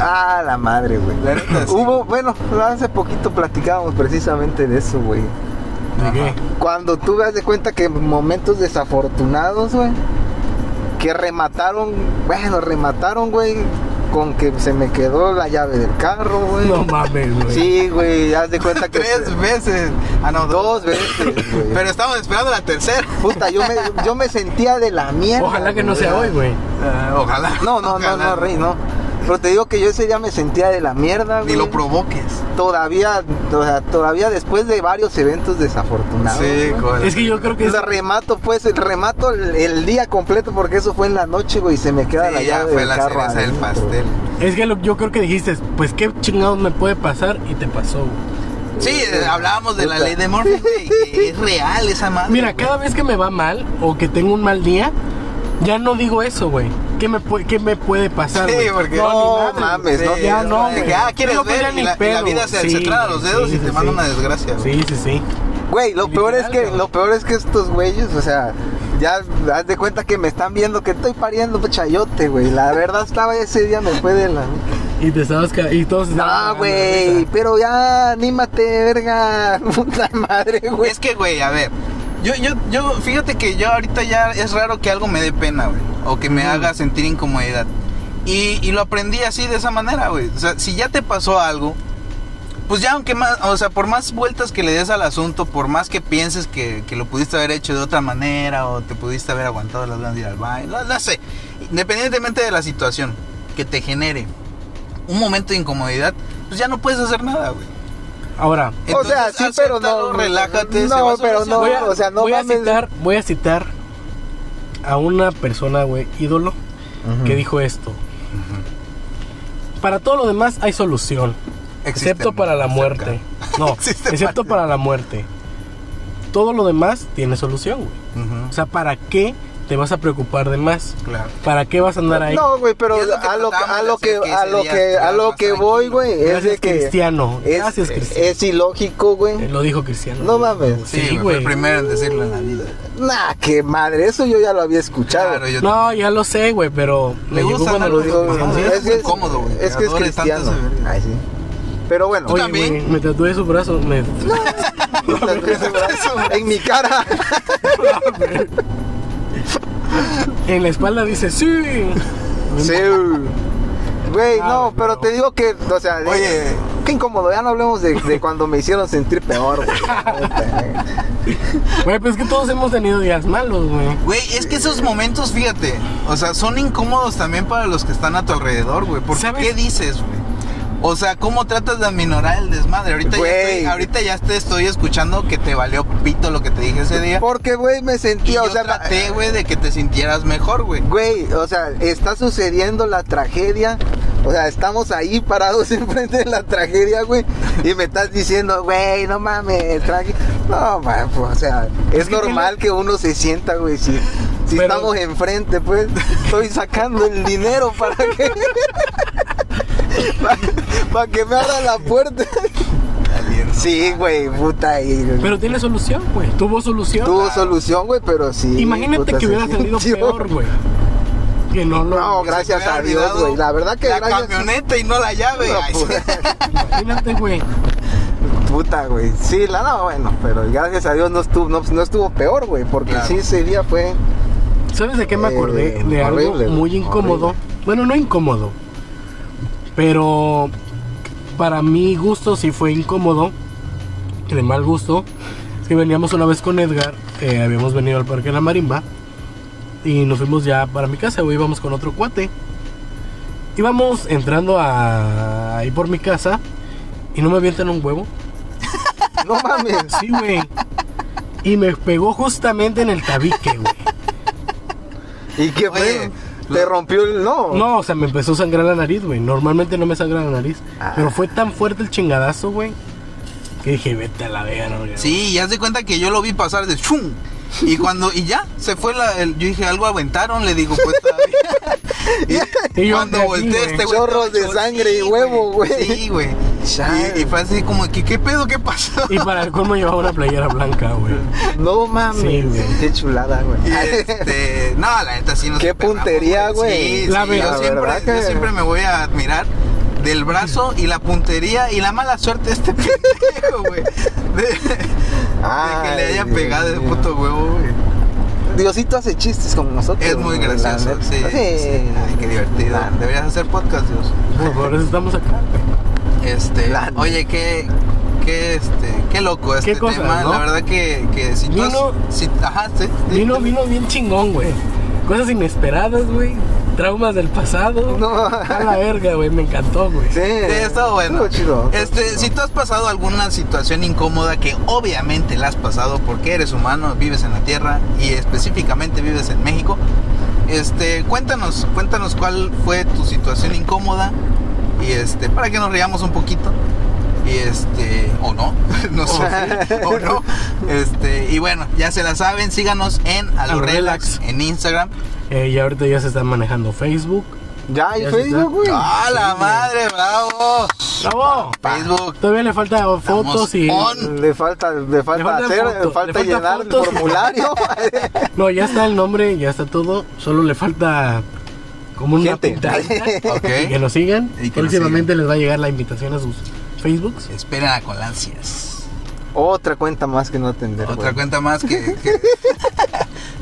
Speaker 3: ah, la madre, güey.
Speaker 1: La neta, sí.
Speaker 3: Hubo, bueno, hace poquito platicábamos precisamente de eso, güey.
Speaker 2: ¿De qué?
Speaker 3: Cuando tú das de cuenta que momentos desafortunados, güey, que remataron, bueno, remataron, güey, con que se me quedó la llave del carro, güey.
Speaker 2: No mames, güey.
Speaker 3: Sí, güey, haz de cuenta que
Speaker 1: Tres veces. Ah, no, dos.
Speaker 3: dos veces, güey.
Speaker 1: Pero estamos esperando la tercera.
Speaker 3: Puta, yo me, yo me sentía de la mierda.
Speaker 2: Ojalá que no sea hoy, güey.
Speaker 1: Ah, ojalá.
Speaker 3: No, no, no,
Speaker 1: Ojalá.
Speaker 3: no, Rey, no. Pero te digo que yo ese día me sentía de la mierda, güey.
Speaker 1: Ni lo provoques.
Speaker 3: Todavía, o sea, todavía después de varios eventos desafortunados.
Speaker 1: sí,
Speaker 3: güey.
Speaker 1: con-
Speaker 2: Es que yo creo que es,
Speaker 3: El remato, pues, el remato el, el día completo, porque eso fue en la noche, güey, y se me queda la
Speaker 1: Sí, ya
Speaker 3: llave
Speaker 1: fue
Speaker 3: del
Speaker 1: la
Speaker 3: carro
Speaker 1: cereza del
Speaker 3: adentro.
Speaker 1: pastel.
Speaker 2: es que lo- yo creo que dijiste, pues qué chingados me puede pasar y te pasó. güey.
Speaker 1: Sí, eh, hablábamos de la ley de Murphy, güey, que es real esa madre.
Speaker 2: Mira,
Speaker 1: güey.
Speaker 2: cada vez que me va mal o que tengo un mal día, ya no digo eso, güey. ¿Qué me puede, qué me puede pasar?
Speaker 1: Sí,
Speaker 2: güey?
Speaker 1: porque-
Speaker 2: ni
Speaker 3: No
Speaker 2: madre,
Speaker 3: mames,
Speaker 2: güey.
Speaker 3: no,
Speaker 2: ya
Speaker 3: no,
Speaker 2: no,
Speaker 1: de
Speaker 2: güey.
Speaker 1: que, ah, quieres
Speaker 2: Yo creo que
Speaker 1: ver,
Speaker 2: ya
Speaker 1: y
Speaker 2: ni
Speaker 1: la- y la
Speaker 2: pedo.
Speaker 1: vida se- se traba los dedos y te manda una desgracia, güey.
Speaker 2: Sí, sí, sí.
Speaker 3: Güey, lo peor es que,
Speaker 2: Literal,
Speaker 3: lo peor es que estos güeyes, o sea, ya haz de cuenta que me están viendo que estoy pariendo chayote, güey. La verdad estaba ese día me fue de la.
Speaker 2: Y te estabas ca- y todos estaban
Speaker 3: No,
Speaker 2: cagando de
Speaker 3: güey,
Speaker 2: risa.
Speaker 3: pero ya, anímate, verga, puta madre, güey.
Speaker 1: Es que, güey, a ver. Yo, yo, yo, fíjate que yo ahorita ya es raro que algo me dé pena, güey. O que me
Speaker 2: Ujú.
Speaker 1: haga sentir incomodidad. Y, y lo aprendí así de esa manera, güey. O sea, si ya te pasó algo, pues ya aunque más, o sea, por más vueltas que le des al asunto, por más que pienses que, que lo pudiste haber hecho de otra manera o te pudiste haber aguantado las ganas de ir al baño, no, no sé, independientemente de la situación que te genere un momento de incomodidad, pues ya no puedes hacer nada, güey.
Speaker 2: Ahora,
Speaker 3: O sea, sí, pero no.
Speaker 1: acéptalo, Relájate,
Speaker 3: no,
Speaker 1: se va a
Speaker 3: pero no,
Speaker 1: solucionar.
Speaker 2: voy a,
Speaker 3: o sea, no
Speaker 2: voy a
Speaker 3: mames.
Speaker 2: citar, voy a citar a una persona, güey, ídolo, que
Speaker 1: Mm.
Speaker 2: dijo esto. Para todo lo demás hay solución,
Speaker 1: Existe
Speaker 2: excepto para la
Speaker 1: cerca.
Speaker 2: muerte. No,
Speaker 1: Existe
Speaker 2: excepto
Speaker 1: más.
Speaker 2: para la muerte. Todo lo demás tiene solución, güey.
Speaker 1: Ujú,
Speaker 2: O sea, ¿para qué te vas a preocupar de más?
Speaker 1: Claro.
Speaker 2: ¿Para qué vas a andar ahí?
Speaker 3: No, güey, pero
Speaker 1: Y es lo que
Speaker 3: a lo que a
Speaker 1: tratamos de
Speaker 3: lo que
Speaker 1: hacer, que
Speaker 3: a
Speaker 1: ese
Speaker 3: lo
Speaker 1: día
Speaker 3: que a
Speaker 1: estuvieras
Speaker 3: lo
Speaker 1: más
Speaker 3: que voy,
Speaker 1: tranquilo.
Speaker 3: güey, es
Speaker 2: Gracias,
Speaker 3: de que
Speaker 2: Cristiano. Gracias,
Speaker 3: es,
Speaker 2: Cristiano.
Speaker 3: es ilógico,
Speaker 2: Eh,
Speaker 3: güey.
Speaker 2: Lo dijo Cristiano.
Speaker 3: No mames.
Speaker 1: Sí, güey, fue el primero en decirlo en la vida.
Speaker 3: Nah, qué madre, eso yo ya lo había escuchado.
Speaker 1: Claro, yo
Speaker 2: No, ya lo sé, güey, pero
Speaker 1: Me
Speaker 2: llegó
Speaker 1: gusta
Speaker 2: cuando
Speaker 1: andar
Speaker 2: lo
Speaker 1: con
Speaker 2: dijo.
Speaker 1: los
Speaker 2: Cristiano.
Speaker 1: mamás.
Speaker 3: Es que es
Speaker 1: incómodo, güey.
Speaker 3: Es que es
Speaker 1: Adore tanto
Speaker 3: cristiano.
Speaker 1: ese verga.
Speaker 3: Ay, sí. Pero bueno,
Speaker 2: Oye,
Speaker 1: también.
Speaker 2: güey, me tatué su brazo. Me...
Speaker 3: en mi cara.
Speaker 2: En la espalda dice, sí.
Speaker 3: Sí. Güey,
Speaker 2: Ah,
Speaker 3: no,
Speaker 2: güey, pero-
Speaker 3: pero te digo que, o sea, de-
Speaker 1: Oye.
Speaker 3: qué incómodo, ya no hablemos de, de cuando me hicieron sentir peor, güey.
Speaker 2: Güey, pues es que todos hemos tenido días malos, güey.
Speaker 1: Güey, es que esos momentos, fíjate, o sea, son incómodos también para los que están a tu alrededor, güey. Porque
Speaker 2: ¿Sabes?
Speaker 1: qué dices, güey? O sea, ¿cómo tratas de aminorar el desmadre? Ahorita, ya,
Speaker 3: Güey.
Speaker 1: estoy- ahorita ya te estoy escuchando que te valió pito lo que te dije ese día.
Speaker 3: Porque, güey, me
Speaker 1: Y
Speaker 3: sentía,
Speaker 1: yo
Speaker 3: o sea, la-
Speaker 1: traté, güey, de que te sintieras mejor, güey.
Speaker 3: güey, o sea, está sucediendo la tragedia. O sea, estamos ahí parados enfrente de la tragedia, güey. Y me estás diciendo, güey, no mames, traje. No, mames, o sea, es
Speaker 2: que
Speaker 3: normal que uno se sienta, güey, si, si
Speaker 2: Pero-
Speaker 3: estamos enfrente, pues, estoy sacando el dinero para que. para que me abra la puerta. Sí, güey, puta ahí.
Speaker 2: Pero tiene solución, güey. Tuvo solución.
Speaker 3: Tuvo solución, güey, pero sí.
Speaker 2: Imagínate
Speaker 3: puta,
Speaker 2: que
Speaker 3: se
Speaker 2: hubiera salido
Speaker 3: sintió.
Speaker 2: peor, güey. Que no lo.
Speaker 3: No, gracias
Speaker 1: Se me ha
Speaker 3: a Dios,
Speaker 1: olvidado
Speaker 3: güey. La verdad que
Speaker 1: La
Speaker 3: gracias.
Speaker 1: camioneta y no la llave.
Speaker 3: No, pues.
Speaker 1: Ay, sí.
Speaker 3: puta,
Speaker 2: Imagínate, güey.
Speaker 3: puta, güey. Sí, la no, bueno, pero gracias a Dios no estuvo, no, no estuvo peor, güey, porque
Speaker 1: Claro.
Speaker 3: sí ese día fue.
Speaker 2: ¿Sabes de qué me
Speaker 3: Eh,
Speaker 2: acordé? De
Speaker 3: horrible,
Speaker 2: algo muy
Speaker 3: güey,
Speaker 2: incómodo. Bueno, no incómodo. Pero para mi gusto sí fue incómodo. y De mal gusto. Es que veníamos una vez con Edgar. eh, habíamos venido al Parque de la Marimba. Y nos fuimos ya para mi casa, güey. Íbamos con otro cuate. Íbamos entrando a... ahí por mi casa. Y no me avientan un huevo.
Speaker 3: No mames.
Speaker 2: Sí, güey. Y me pegó justamente en el tabique, güey.
Speaker 3: ¿Y qué
Speaker 1: Oye,
Speaker 3: fue? Te rompió el no.
Speaker 2: No, o sea, me empezó a sangrar la nariz, güey. Normalmente no me sangra la nariz.
Speaker 3: Ah.
Speaker 2: Pero fue tan fuerte el chingadazo, güey. Que dije, vete a la verga, güey.
Speaker 1: Sí, y haz de cuenta que yo lo vi pasar de chum. Y cuando, y ya, se fue la, el- yo dije, algo aventaron, le digo, pues todavía. Y,
Speaker 2: Y yo
Speaker 1: cuando
Speaker 2: de aquí,
Speaker 1: volteé
Speaker 2: güey.
Speaker 1: este güey.
Speaker 3: Chorros de sangre y huevo, güey.
Speaker 1: Sí, güey.
Speaker 3: Chale.
Speaker 1: Y, y fue así como, ¿qué, qué pedo? ¿Qué pasó?
Speaker 2: Y para el colmo llevaba una playera blanca, güey.
Speaker 3: No mames.
Speaker 2: Sí, güey.
Speaker 3: qué chulada, güey.
Speaker 1: Y este, no, la neta sí nos
Speaker 3: Qué
Speaker 1: superamos,
Speaker 3: puntería, güey.
Speaker 1: Sí,
Speaker 2: La
Speaker 1: sí,
Speaker 2: ve-
Speaker 1: yo,
Speaker 2: la
Speaker 1: siempre,
Speaker 3: verdad que-
Speaker 1: yo siempre me voy a admirar del brazo y la puntería y la mala suerte de este pendejo, güey. De, de que
Speaker 3: Ay,
Speaker 1: le haya
Speaker 3: Dios
Speaker 1: pegado el
Speaker 3: mío.
Speaker 1: puto huevo, güey.
Speaker 3: Diosito hace chistes con nosotros.
Speaker 1: Es muy
Speaker 3: güey, la
Speaker 1: gracioso,
Speaker 3: neta.
Speaker 1: sí. sí. Ay, qué divertido.
Speaker 3: La-
Speaker 1: Deberías hacer podcast, Dios.
Speaker 2: Bueno, por eso estamos acá, güey.
Speaker 1: Este,
Speaker 3: La-
Speaker 1: oye, qué, qué, este, qué loco este
Speaker 2: Qué cosa,
Speaker 1: tema.
Speaker 2: ¿no?
Speaker 1: La verdad que, que si tú has-
Speaker 2: Vino-
Speaker 1: si, ajá, sí, sí.
Speaker 2: Vino, vino bien chingón, güey. Cosas inesperadas, güey. Traumas del pasado.
Speaker 3: No.
Speaker 2: A la verga, güey. Me encantó, güey.
Speaker 3: Sí.
Speaker 1: Sí, ha estado bueno.
Speaker 3: Estuvo chido.
Speaker 1: Este, si tú has pasado alguna situación incómoda que obviamente la has pasado porque eres humano, vives en la tierra y específicamente vives en México, este, cuéntanos, cuéntanos cuál fue tu situación incómoda y este, para que nos riamos un poquito. Y este, o no, no sé, o no. Este, y bueno, ya se la saben, síganos en Alo Relax
Speaker 2: Relax.
Speaker 1: en Instagram.
Speaker 2: Eh, y ahorita ya se están manejando Facebook.
Speaker 3: Ya, y
Speaker 2: Ya se está.
Speaker 3: Facebook, güey.
Speaker 1: ¡Ah, la madre, bravo!
Speaker 2: ¡Bravo!
Speaker 1: Facebook.
Speaker 2: Todavía le faltan fotos y.
Speaker 1: on.
Speaker 3: Le falta, le falta
Speaker 2: faltan
Speaker 3: hacer,
Speaker 2: fotos,
Speaker 3: falta
Speaker 2: le faltan
Speaker 3: llenar
Speaker 2: fotos.
Speaker 3: el formulario.
Speaker 2: No, ya está el nombre, ya está todo. Solo le falta como una
Speaker 3: Gente.
Speaker 2: pintadita. Y que
Speaker 1: Ok.
Speaker 2: nos sigan.
Speaker 1: ¿Eh? Y que nos
Speaker 2: Próximamente les va a llegar la invitación a sus Facebooks.
Speaker 1: Esperen a con ansias.
Speaker 3: Otra cuenta más que no atender.
Speaker 1: Otra
Speaker 3: güey.
Speaker 1: cuenta más que. que-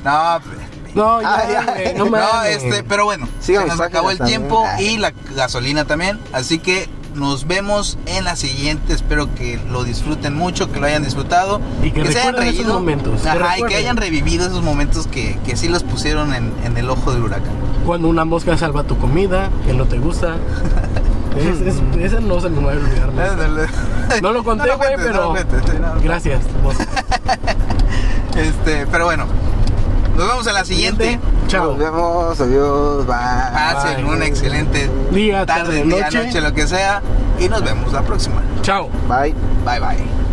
Speaker 1: no, pe-
Speaker 2: No,
Speaker 3: Ah,
Speaker 2: ya,
Speaker 3: ya.
Speaker 2: güey, no
Speaker 1: no,
Speaker 2: mames.
Speaker 1: este, pero bueno,
Speaker 3: Sigan
Speaker 1: se
Speaker 3: mis
Speaker 1: nos acabó
Speaker 3: páginas
Speaker 1: el
Speaker 3: también.
Speaker 1: tiempo
Speaker 3: Ay.
Speaker 1: y la gasolina también. Así que nos vemos en la siguiente. Espero que lo disfruten mucho, que lo hayan disfrutado.
Speaker 2: Y que recuerden esos momentos, que
Speaker 1: Ajá, y que
Speaker 2: recuerden.
Speaker 1: hayan revivido esos momentos que, que sí los pusieron en, en el ojo del huracán.
Speaker 2: Cuando una mosca salva tu comida, que no te gusta. Es- es- esa no se me va a olvidar. güey. No lo conté,
Speaker 1: No lo
Speaker 2: güey,
Speaker 1: cuentes, no
Speaker 2: pero.
Speaker 1: lo cuentes, sí, no, no.
Speaker 2: Gracias. vos.
Speaker 1: Este, pero bueno. Nos vemos en la siguiente.
Speaker 2: Chao.
Speaker 3: Nos vemos, adiós, bye.
Speaker 1: Pasen un excelente
Speaker 2: Día,
Speaker 1: tarde,
Speaker 2: tarde,
Speaker 1: día,
Speaker 2: noche.
Speaker 1: noche, lo que sea. Y nos vemos la próxima.
Speaker 2: Chao.
Speaker 3: Bye.
Speaker 1: Bye bye.